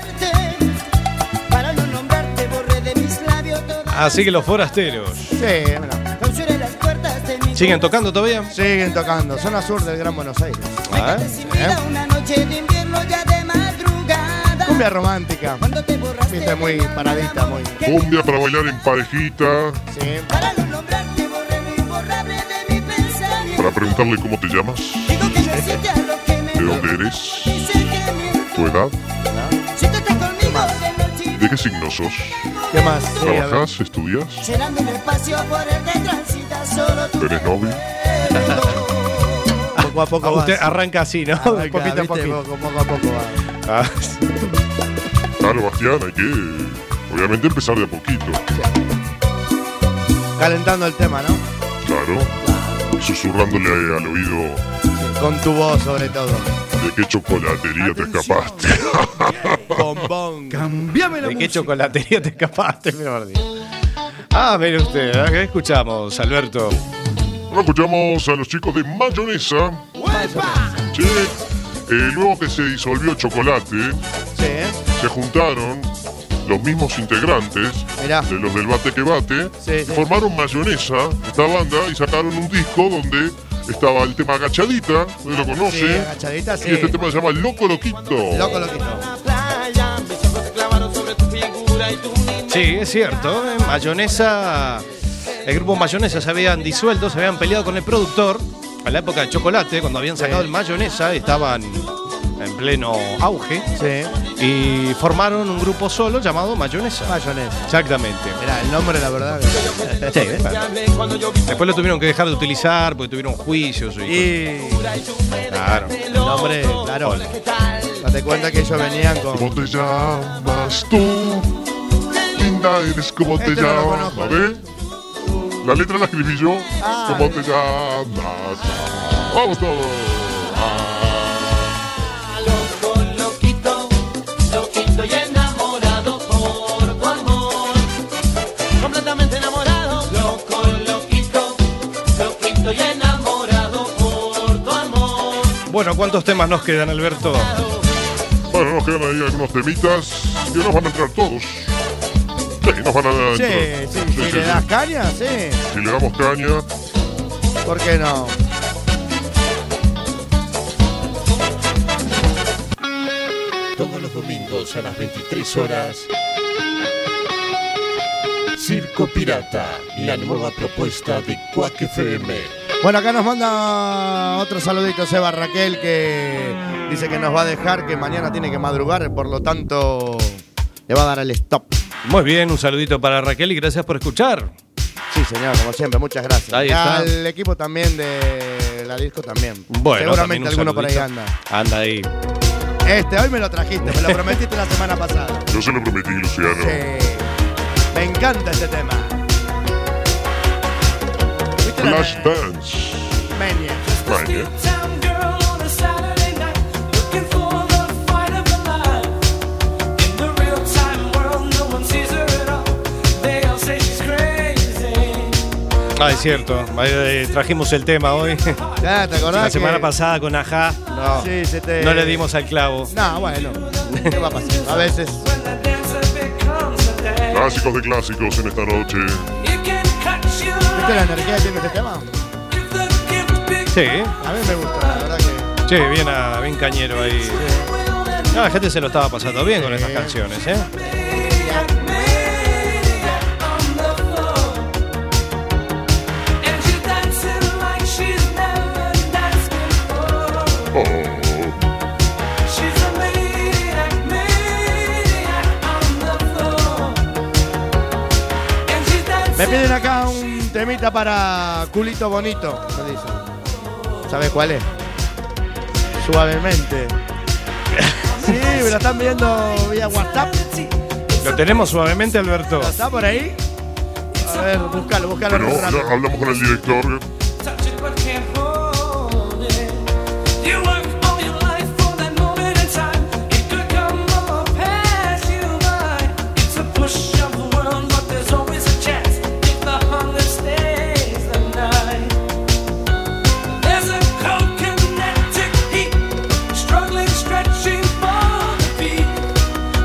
Speaker 2: Para no nombrarte borré de mis labios todas
Speaker 6: Así que los forasteros.
Speaker 7: Sí, mira.
Speaker 2: Clausuré las puertas de mi
Speaker 6: ¿Siguen tocando todavía?
Speaker 7: Siguen tocando. Zona sur del Gran Buenos Aires.
Speaker 6: Ah, ¿eh?
Speaker 2: vida una noche de invierno ya de madrugada.
Speaker 7: Cumbia romántica. Viste, muy paradita, muy.
Speaker 5: Cumbia para bailar en parejita.
Speaker 7: Sí.
Speaker 2: Para no nombrarte borré lo imborrable de mi pensamiento.
Speaker 5: Para preguntarle cómo te llamas,
Speaker 2: Digo que yo siento a lo que me
Speaker 5: de dónde eres,
Speaker 2: dice que mi
Speaker 5: tu edad,
Speaker 2: Si tú estás conmigo de noche
Speaker 5: de qué signo sos.
Speaker 7: ¿Qué más? Sí, a ver.
Speaker 5: ¿Trabajas? ¿Estudias?
Speaker 2: Llenando un espacio por el que transita solo tu
Speaker 5: ¿Eres novio?
Speaker 7: Poco a poco
Speaker 6: Ah, usted
Speaker 7: vas.
Speaker 6: arranca así, ¿no?
Speaker 7: Arranca,
Speaker 6: poquito a
Speaker 7: viste,
Speaker 6: poquito.
Speaker 7: Poco, poco a poco vas.
Speaker 6: Ah,
Speaker 5: Claro, Bastián, hay que. Obviamente empezar de a poquito.
Speaker 7: Calentando el tema, ¿no?
Speaker 5: Claro. Susurrándole al oído
Speaker 7: Con tu voz, sobre todo.
Speaker 5: de qué chocolatería te escapaste.
Speaker 7: Bombón.
Speaker 6: ¿De qué chocolatería te escapaste, mi amor? Ah, mire usted, ¿eh? ¿qué escuchamos, Alberto?
Speaker 5: Ahora escuchamos a los chicos de Mayonesa. Sí. Eh, luego que se disolvió Chocolate,
Speaker 7: Sí, ¿eh?
Speaker 5: se juntaron los mismos integrantes
Speaker 7: Mirá.
Speaker 5: de los del Bate que Bate,
Speaker 7: Sí, sí.
Speaker 5: formaron Mayonesa, esta banda, y sacaron un disco donde estaba el tema Agachadita, usted lo
Speaker 7: Sí,
Speaker 5: conoce,
Speaker 7: agachadita,
Speaker 5: y
Speaker 7: sí.
Speaker 5: este tema se llama Loco Loquito.
Speaker 7: Loco, loquito.
Speaker 10: playa, mis ojos se clavaron sobre tu figura y tú ni
Speaker 6: Sí, es cierto, ¿eh? Mayonesa, el grupo Mayonesa se habían disuelto, se habían peleado con el productor a la época de Chocolate, cuando habían sacado el Mayonesa, estaban en pleno auge
Speaker 7: Sí.
Speaker 6: y formaron un grupo solo llamado Mayonesa.
Speaker 7: Mayonesa.
Speaker 6: Exactamente.
Speaker 7: Mira, el nombre, la verdad. que-
Speaker 6: Sí, ¿eh? Después lo tuvieron que dejar de utilizar porque tuvieron juicios y...
Speaker 7: Y.
Speaker 6: Claro.
Speaker 7: El nombre, claro. Date cuenta que ellos venían con.
Speaker 5: ¿Cómo te llamas tú? Linda eres como te
Speaker 7: Este no lo
Speaker 5: llamas.
Speaker 7: conozco. Ah.
Speaker 5: A ver. La letra la escribí yo. ¿Cómo te llamas? Vamos todos. Ah.
Speaker 10: loco, loquito, loquito y enamorado por tu amor. Completamente enamorado, loco, loquito, loquito y enamorado por tu amor.
Speaker 6: Bueno, ¿cuántos temas nos quedan, Alberto?
Speaker 5: Bueno, nos quedan ahí algunos temitas que nos van a entrar todos. Sí, nos van a entrar.
Speaker 7: Sí, sí,
Speaker 5: Sí,
Speaker 7: si
Speaker 5: sí,
Speaker 7: le
Speaker 5: sí.
Speaker 7: das caña, sí.
Speaker 5: Si le damos caña,
Speaker 7: ¿Por qué no?
Speaker 9: Todos los domingos a las 23 horas. Circo Pirata, la nueva propuesta de Quack FM.
Speaker 7: Bueno, acá nos manda otro saludito Seba Raquel que dice que nos va a dejar, que mañana tiene que madrugar, por lo tanto le va a dar el stop.
Speaker 6: Muy bien, un saludito para Raquel y gracias por escuchar.
Speaker 7: Sí, señor, como siempre, muchas gracias.
Speaker 6: Ahí
Speaker 7: Y
Speaker 6: está.
Speaker 7: al equipo también de la disco también.
Speaker 6: Bueno,
Speaker 7: Seguramente
Speaker 6: también un
Speaker 7: alguno por ahí
Speaker 6: saludito.
Speaker 7: anda.
Speaker 6: Anda ahí.
Speaker 7: Este, hoy me lo trajiste, me lo prometiste la semana pasada.
Speaker 5: yo se lo prometí, Luciano.
Speaker 7: Sí. Me encanta este tema. ¿Viste la
Speaker 5: Flash Dance.
Speaker 7: Mania?
Speaker 5: Vaya.
Speaker 6: Ah, es cierto. Eh, Trajimos el tema hoy.
Speaker 7: Ya, ¿Te acordás?
Speaker 6: La semana
Speaker 7: que-
Speaker 6: pasada con Ajá. Ah, No,
Speaker 7: Sí, se te-
Speaker 6: no le dimos al clavo.
Speaker 7: No, bueno. ¿Qué va a pasar? A veces.
Speaker 5: Clásicos de clásicos en esta noche.
Speaker 7: ¿Viste la energía que tiene este tema?
Speaker 6: Sí,
Speaker 7: A mí me gusta, la verdad que.
Speaker 6: sí, bien, a- bien cañero ahí. No, la gente se lo estaba pasando bien con estas canciones, ¿eh?
Speaker 5: Oh.
Speaker 7: Me piden acá un temita para culito bonito. me dicen. ¿Sabes cuál es? Suavemente. Sí, me lo están viendo vía WhatsApp.
Speaker 6: Lo tenemos suavemente, Alberto.
Speaker 7: ¿Está por ahí? A ver, búscalo, búscalo.
Speaker 5: Pero
Speaker 7: rápido.
Speaker 5: habla- hablamos con el director.
Speaker 10: Stretching for the beat,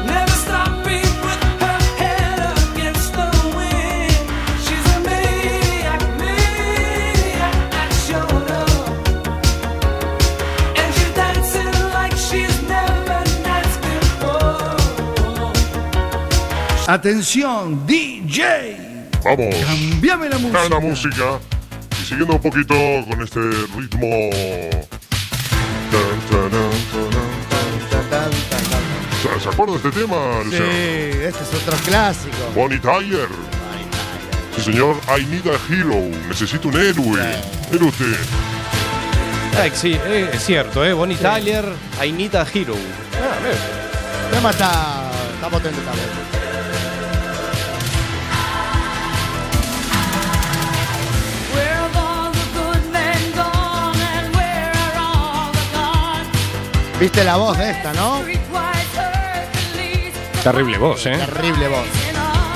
Speaker 10: never stopping with her head against the wind. She's a maniac, maniac at your love. And she's dancing like she's never danced before.
Speaker 11: Atención, DJ.
Speaker 5: Vamos.
Speaker 11: Cambiame la música.
Speaker 5: la música. Y siguiendo un poquito con este ritmo. Tan, tan, tan, tan, tan. ¿Se- ¿Se acuerda de este tema,
Speaker 7: Sí,
Speaker 5: Luciano?
Speaker 7: este es otro clásico.
Speaker 5: Bonnie Tyler. Sí, señor. I need a hero. Necesito un héroe. Mire usted.
Speaker 6: Ah, sí, eh, es cierto, ¿eh? Bonnie Tyler, Ainita Hero.
Speaker 7: El tema está, está potente también.
Speaker 8: Where all the good men gone and where are all the gods?
Speaker 7: Viste la voz de esta, ¿no?
Speaker 8: Streetwise herd the least
Speaker 6: Terrible voz, ¿eh?
Speaker 7: Terrible voz.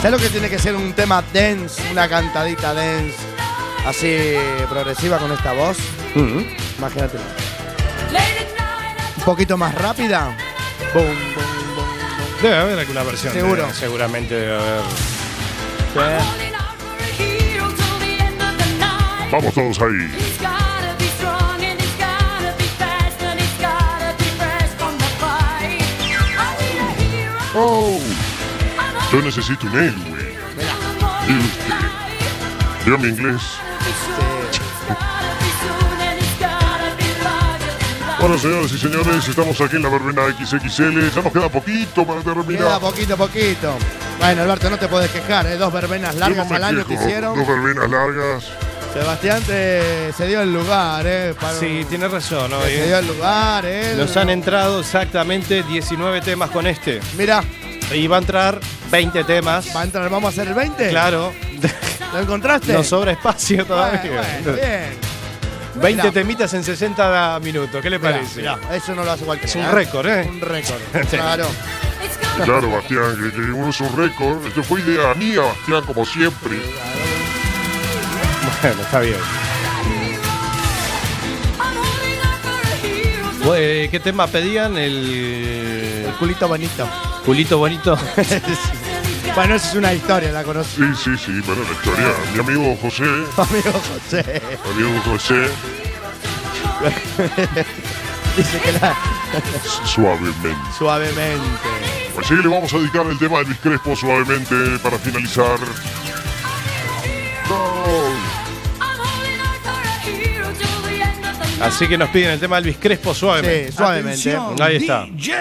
Speaker 7: ¿Sabes lo que tiene que ser un tema dance, una cantadita dance, así progresiva con esta voz? Mm. Imagínate. Un poquito más rápida. Boom, boom, boom.
Speaker 6: Debe haber alguna versión. de-
Speaker 7: Seguro.
Speaker 6: seguramente debe haber.
Speaker 8: hero till the end of the night.
Speaker 5: Vamos todos ahí.
Speaker 8: He's gotta be strong and he's gotta be fast and he's gotta be fresh from the fight. I need a hero.
Speaker 5: Oh. Yo necesito un héroe. Mire usted. Veo mi inglés. Bueno, señores y señores, estamos aquí en la verbena XXL. Ya nos queda poquito para
Speaker 7: Queda
Speaker 5: terminar.
Speaker 7: poquito, poquito. Bueno, Alberto, no te puedes quejar, ¿eh? Dos verbenas
Speaker 5: Yo
Speaker 7: largas
Speaker 5: no me
Speaker 7: al año que
Speaker 5: quejo.
Speaker 7: hicieron.
Speaker 5: Dos verbenas largas.
Speaker 7: Sebastián te- se dio el lugar, ¿eh? Para-
Speaker 6: Sí, tiene razón, hoy,
Speaker 7: se
Speaker 6: ¿eh?
Speaker 7: dio el lugar, ¿eh?
Speaker 6: Nos han entrado exactamente 19 temas con este.
Speaker 7: Mira,
Speaker 6: Y va a entrar 20 temas.
Speaker 7: va a entrar, vamos a hacer 20.
Speaker 6: Claro.
Speaker 7: ¿Lo encontraste?
Speaker 6: Nos sobra espacio todavía.
Speaker 7: Bueno, bueno, bien.
Speaker 6: 20
Speaker 7: Mirá.
Speaker 6: temitas en 60 minutos, ¿qué le
Speaker 7: Mirá,
Speaker 6: parece?
Speaker 7: mirá, eso no lo hace cualquiera.
Speaker 6: Es un récord, ¿eh?
Speaker 7: Un récord. Claro.
Speaker 5: Claro, Bastián, que, que uno es un récord. Esto fue idea mía, Bastián, como siempre.
Speaker 6: Bueno, está bien. Bueno, eh, ¿Qué tema pedían? El
Speaker 7: El culito bonito.
Speaker 6: culito bonito.
Speaker 7: bueno, eso es una historia, la conocí.
Speaker 5: Sí, sí, sí, pero la historia. Mi amigo José,
Speaker 7: Amigo José.
Speaker 5: mi amigo José,
Speaker 7: Dice que la.
Speaker 5: suavemente.
Speaker 7: Suavemente.
Speaker 5: Así que le vamos a dedicar el tema de Luis Crespo suavemente para finalizar. No.
Speaker 6: Así que nos piden el tema de Elvis Crespo suavemente.
Speaker 7: Sí, suavemente.
Speaker 11: Atención,
Speaker 6: Ahí está.
Speaker 11: DJ.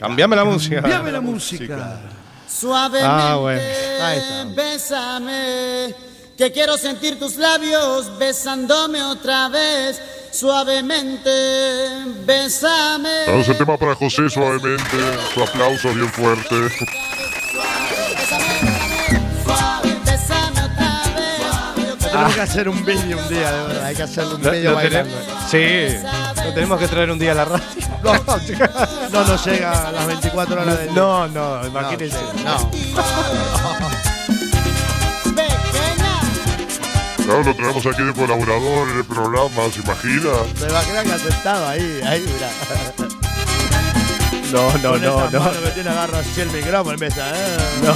Speaker 6: Cambiame la música.
Speaker 11: Cambiame la música.
Speaker 2: Suavemente,
Speaker 6: Ah, bueno.
Speaker 7: Ahí está.
Speaker 2: bésame, que quiero sentir tus labios besándome otra vez. Suavemente, bésame.
Speaker 5: Damos el tema para José suavemente. Su aplauso bien fuerte.
Speaker 2: Suave, bésame otra vez. Yo quiero
Speaker 7: Tenemos que hacer un vídeo un día, de verdad. Hay que hacerle un
Speaker 6: Lo-
Speaker 7: vídeo
Speaker 6: lo tenemos-
Speaker 7: bailando.
Speaker 6: sí, lo tenemos que traer un día a la radio.
Speaker 7: No, no nos llega a las 24 horas del día.
Speaker 6: No, no, imagínense.
Speaker 7: No.
Speaker 2: pequeña.
Speaker 5: Claro, lo traemos aquí de colaborador en el programa, ¿se imagina?
Speaker 7: Se va a quedar que aceptado ahí, ahí, mirá.
Speaker 6: No, no,
Speaker 7: Con
Speaker 6: no,
Speaker 7: esas
Speaker 6: no.
Speaker 7: manos que tiene agarra así el micrófono en mesa, ¿eh?
Speaker 6: No.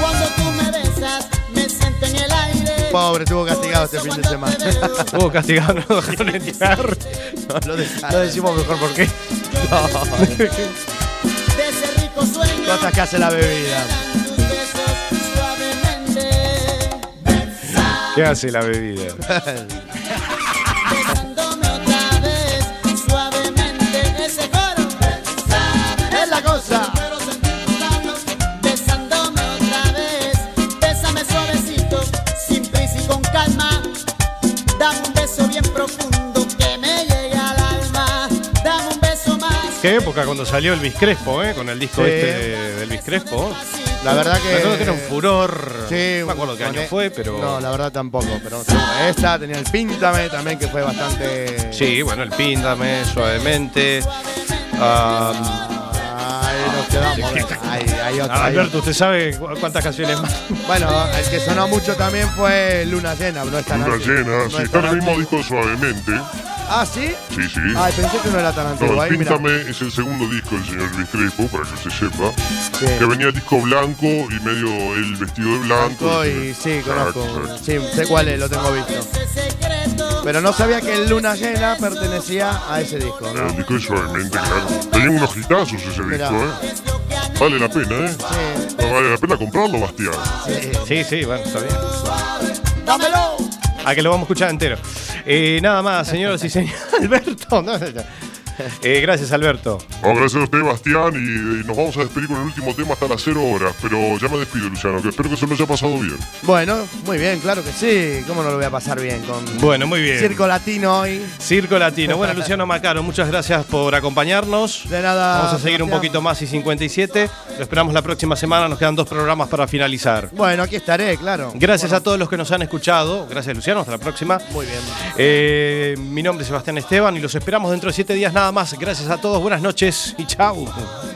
Speaker 2: Cuando tú me besas, me siento en el aire.
Speaker 7: Pobre, estuvo castigado este fin de semana.
Speaker 6: Hubo castigado, no lo dejaron entrar.
Speaker 7: Lo
Speaker 6: No
Speaker 7: dejaron.
Speaker 6: decimos mejor por qué.
Speaker 2: De ese rico sueño.
Speaker 7: Cosas que hace la bebida.
Speaker 2: Tus besos suavemente.
Speaker 6: ¿Qué hace la bebida?
Speaker 2: Besándome otra vez, suavemente ese coro.
Speaker 7: Es la cosa.
Speaker 2: Quiero sentir tus labios besándome otra vez. Bésame suavecito, sin prisa y con calma. Dame un beso bien profundo que me llegue al alma. Dame un beso más
Speaker 6: Qué época cuando salió Elvis Crespo, ¿eh? Con el disco
Speaker 7: Sí.
Speaker 6: este de, de Elvis Crespo.
Speaker 7: La verdad que-
Speaker 6: Me acuerdo que era un furor.
Speaker 7: Sí,
Speaker 6: no me acuerdo qué
Speaker 7: con
Speaker 6: año
Speaker 7: e-
Speaker 6: fue, pero.
Speaker 7: No, la verdad tampoco. Pero esta tenía el Píntame también, que fue bastante.
Speaker 6: Sí, bueno, el Píndame, suavemente. um,
Speaker 7: Hay, hay otra, hay
Speaker 6: Ah, Alberto, ¿usted sabe cu- cuántas canciones más?
Speaker 7: Bueno, el que sonó mucho también fue Luna Llena, no es tan
Speaker 5: Luna
Speaker 7: antiguo.
Speaker 5: llena,
Speaker 7: No
Speaker 5: sí,
Speaker 7: es
Speaker 5: está
Speaker 7: tan
Speaker 5: en el mismo
Speaker 7: antiguo.
Speaker 5: disco de suavemente.
Speaker 7: Ah, sí.
Speaker 5: Sí, sí.
Speaker 7: Ay, pensé que no era tan antiguo.
Speaker 5: No, el
Speaker 7: Ahí, mira.
Speaker 5: Píntame es el segundo disco del señor Luis Crespo, para que se sepa.
Speaker 7: Sí.
Speaker 5: Que venía el disco blanco y medio el vestido de blanco.
Speaker 7: Y sí, conozco.
Speaker 5: Exacto, exacto.
Speaker 7: Sí, sé cuál es, lo tengo visto. Pero no sabía que Luna Llena pertenecía a ese disco.
Speaker 5: El disco de suavemente, claro. Tenía unos gitazos ese
Speaker 7: Mira.
Speaker 5: disco, ¿eh? Vale la pena, ¿eh? No vale la pena comprarlo, Bastián.
Speaker 6: Sí, sí, bueno, está bien.
Speaker 7: ¡Dámelo!
Speaker 6: A que lo vamos a escuchar entero. Eh, nada más, señoras y señores. Alberto, no, no, no. Eh, gracias, Alberto.
Speaker 5: No, gracias a usted, Bastián, y, y nos vamos a despedir con el último tema hasta las 0 horas. Pero ya me despido, Luciano, que espero que se lo haya pasado bien.
Speaker 7: Bueno, muy bien, claro que sí. ¿Cómo no lo voy a pasar bien con
Speaker 6: Bueno, muy bien.
Speaker 7: Circo Latino hoy?
Speaker 6: Circo Latino. Bueno, Luciano Macaro, muchas gracias por acompañarnos.
Speaker 7: De nada.
Speaker 6: Vamos a seguir un
Speaker 7: Sebastián.
Speaker 6: poquito más y 57. Lo esperamos la próxima semana. Nos quedan dos programas para finalizar.
Speaker 7: Bueno, aquí estaré, claro.
Speaker 6: Gracias a todos los que nos han escuchado. Gracias, Luciano. Hasta la próxima.
Speaker 7: Muy bien.
Speaker 6: Eh, mi nombre es Sebastián Esteban y los esperamos dentro de siete días nada más. Gracias a todos. Buenas noches y chao.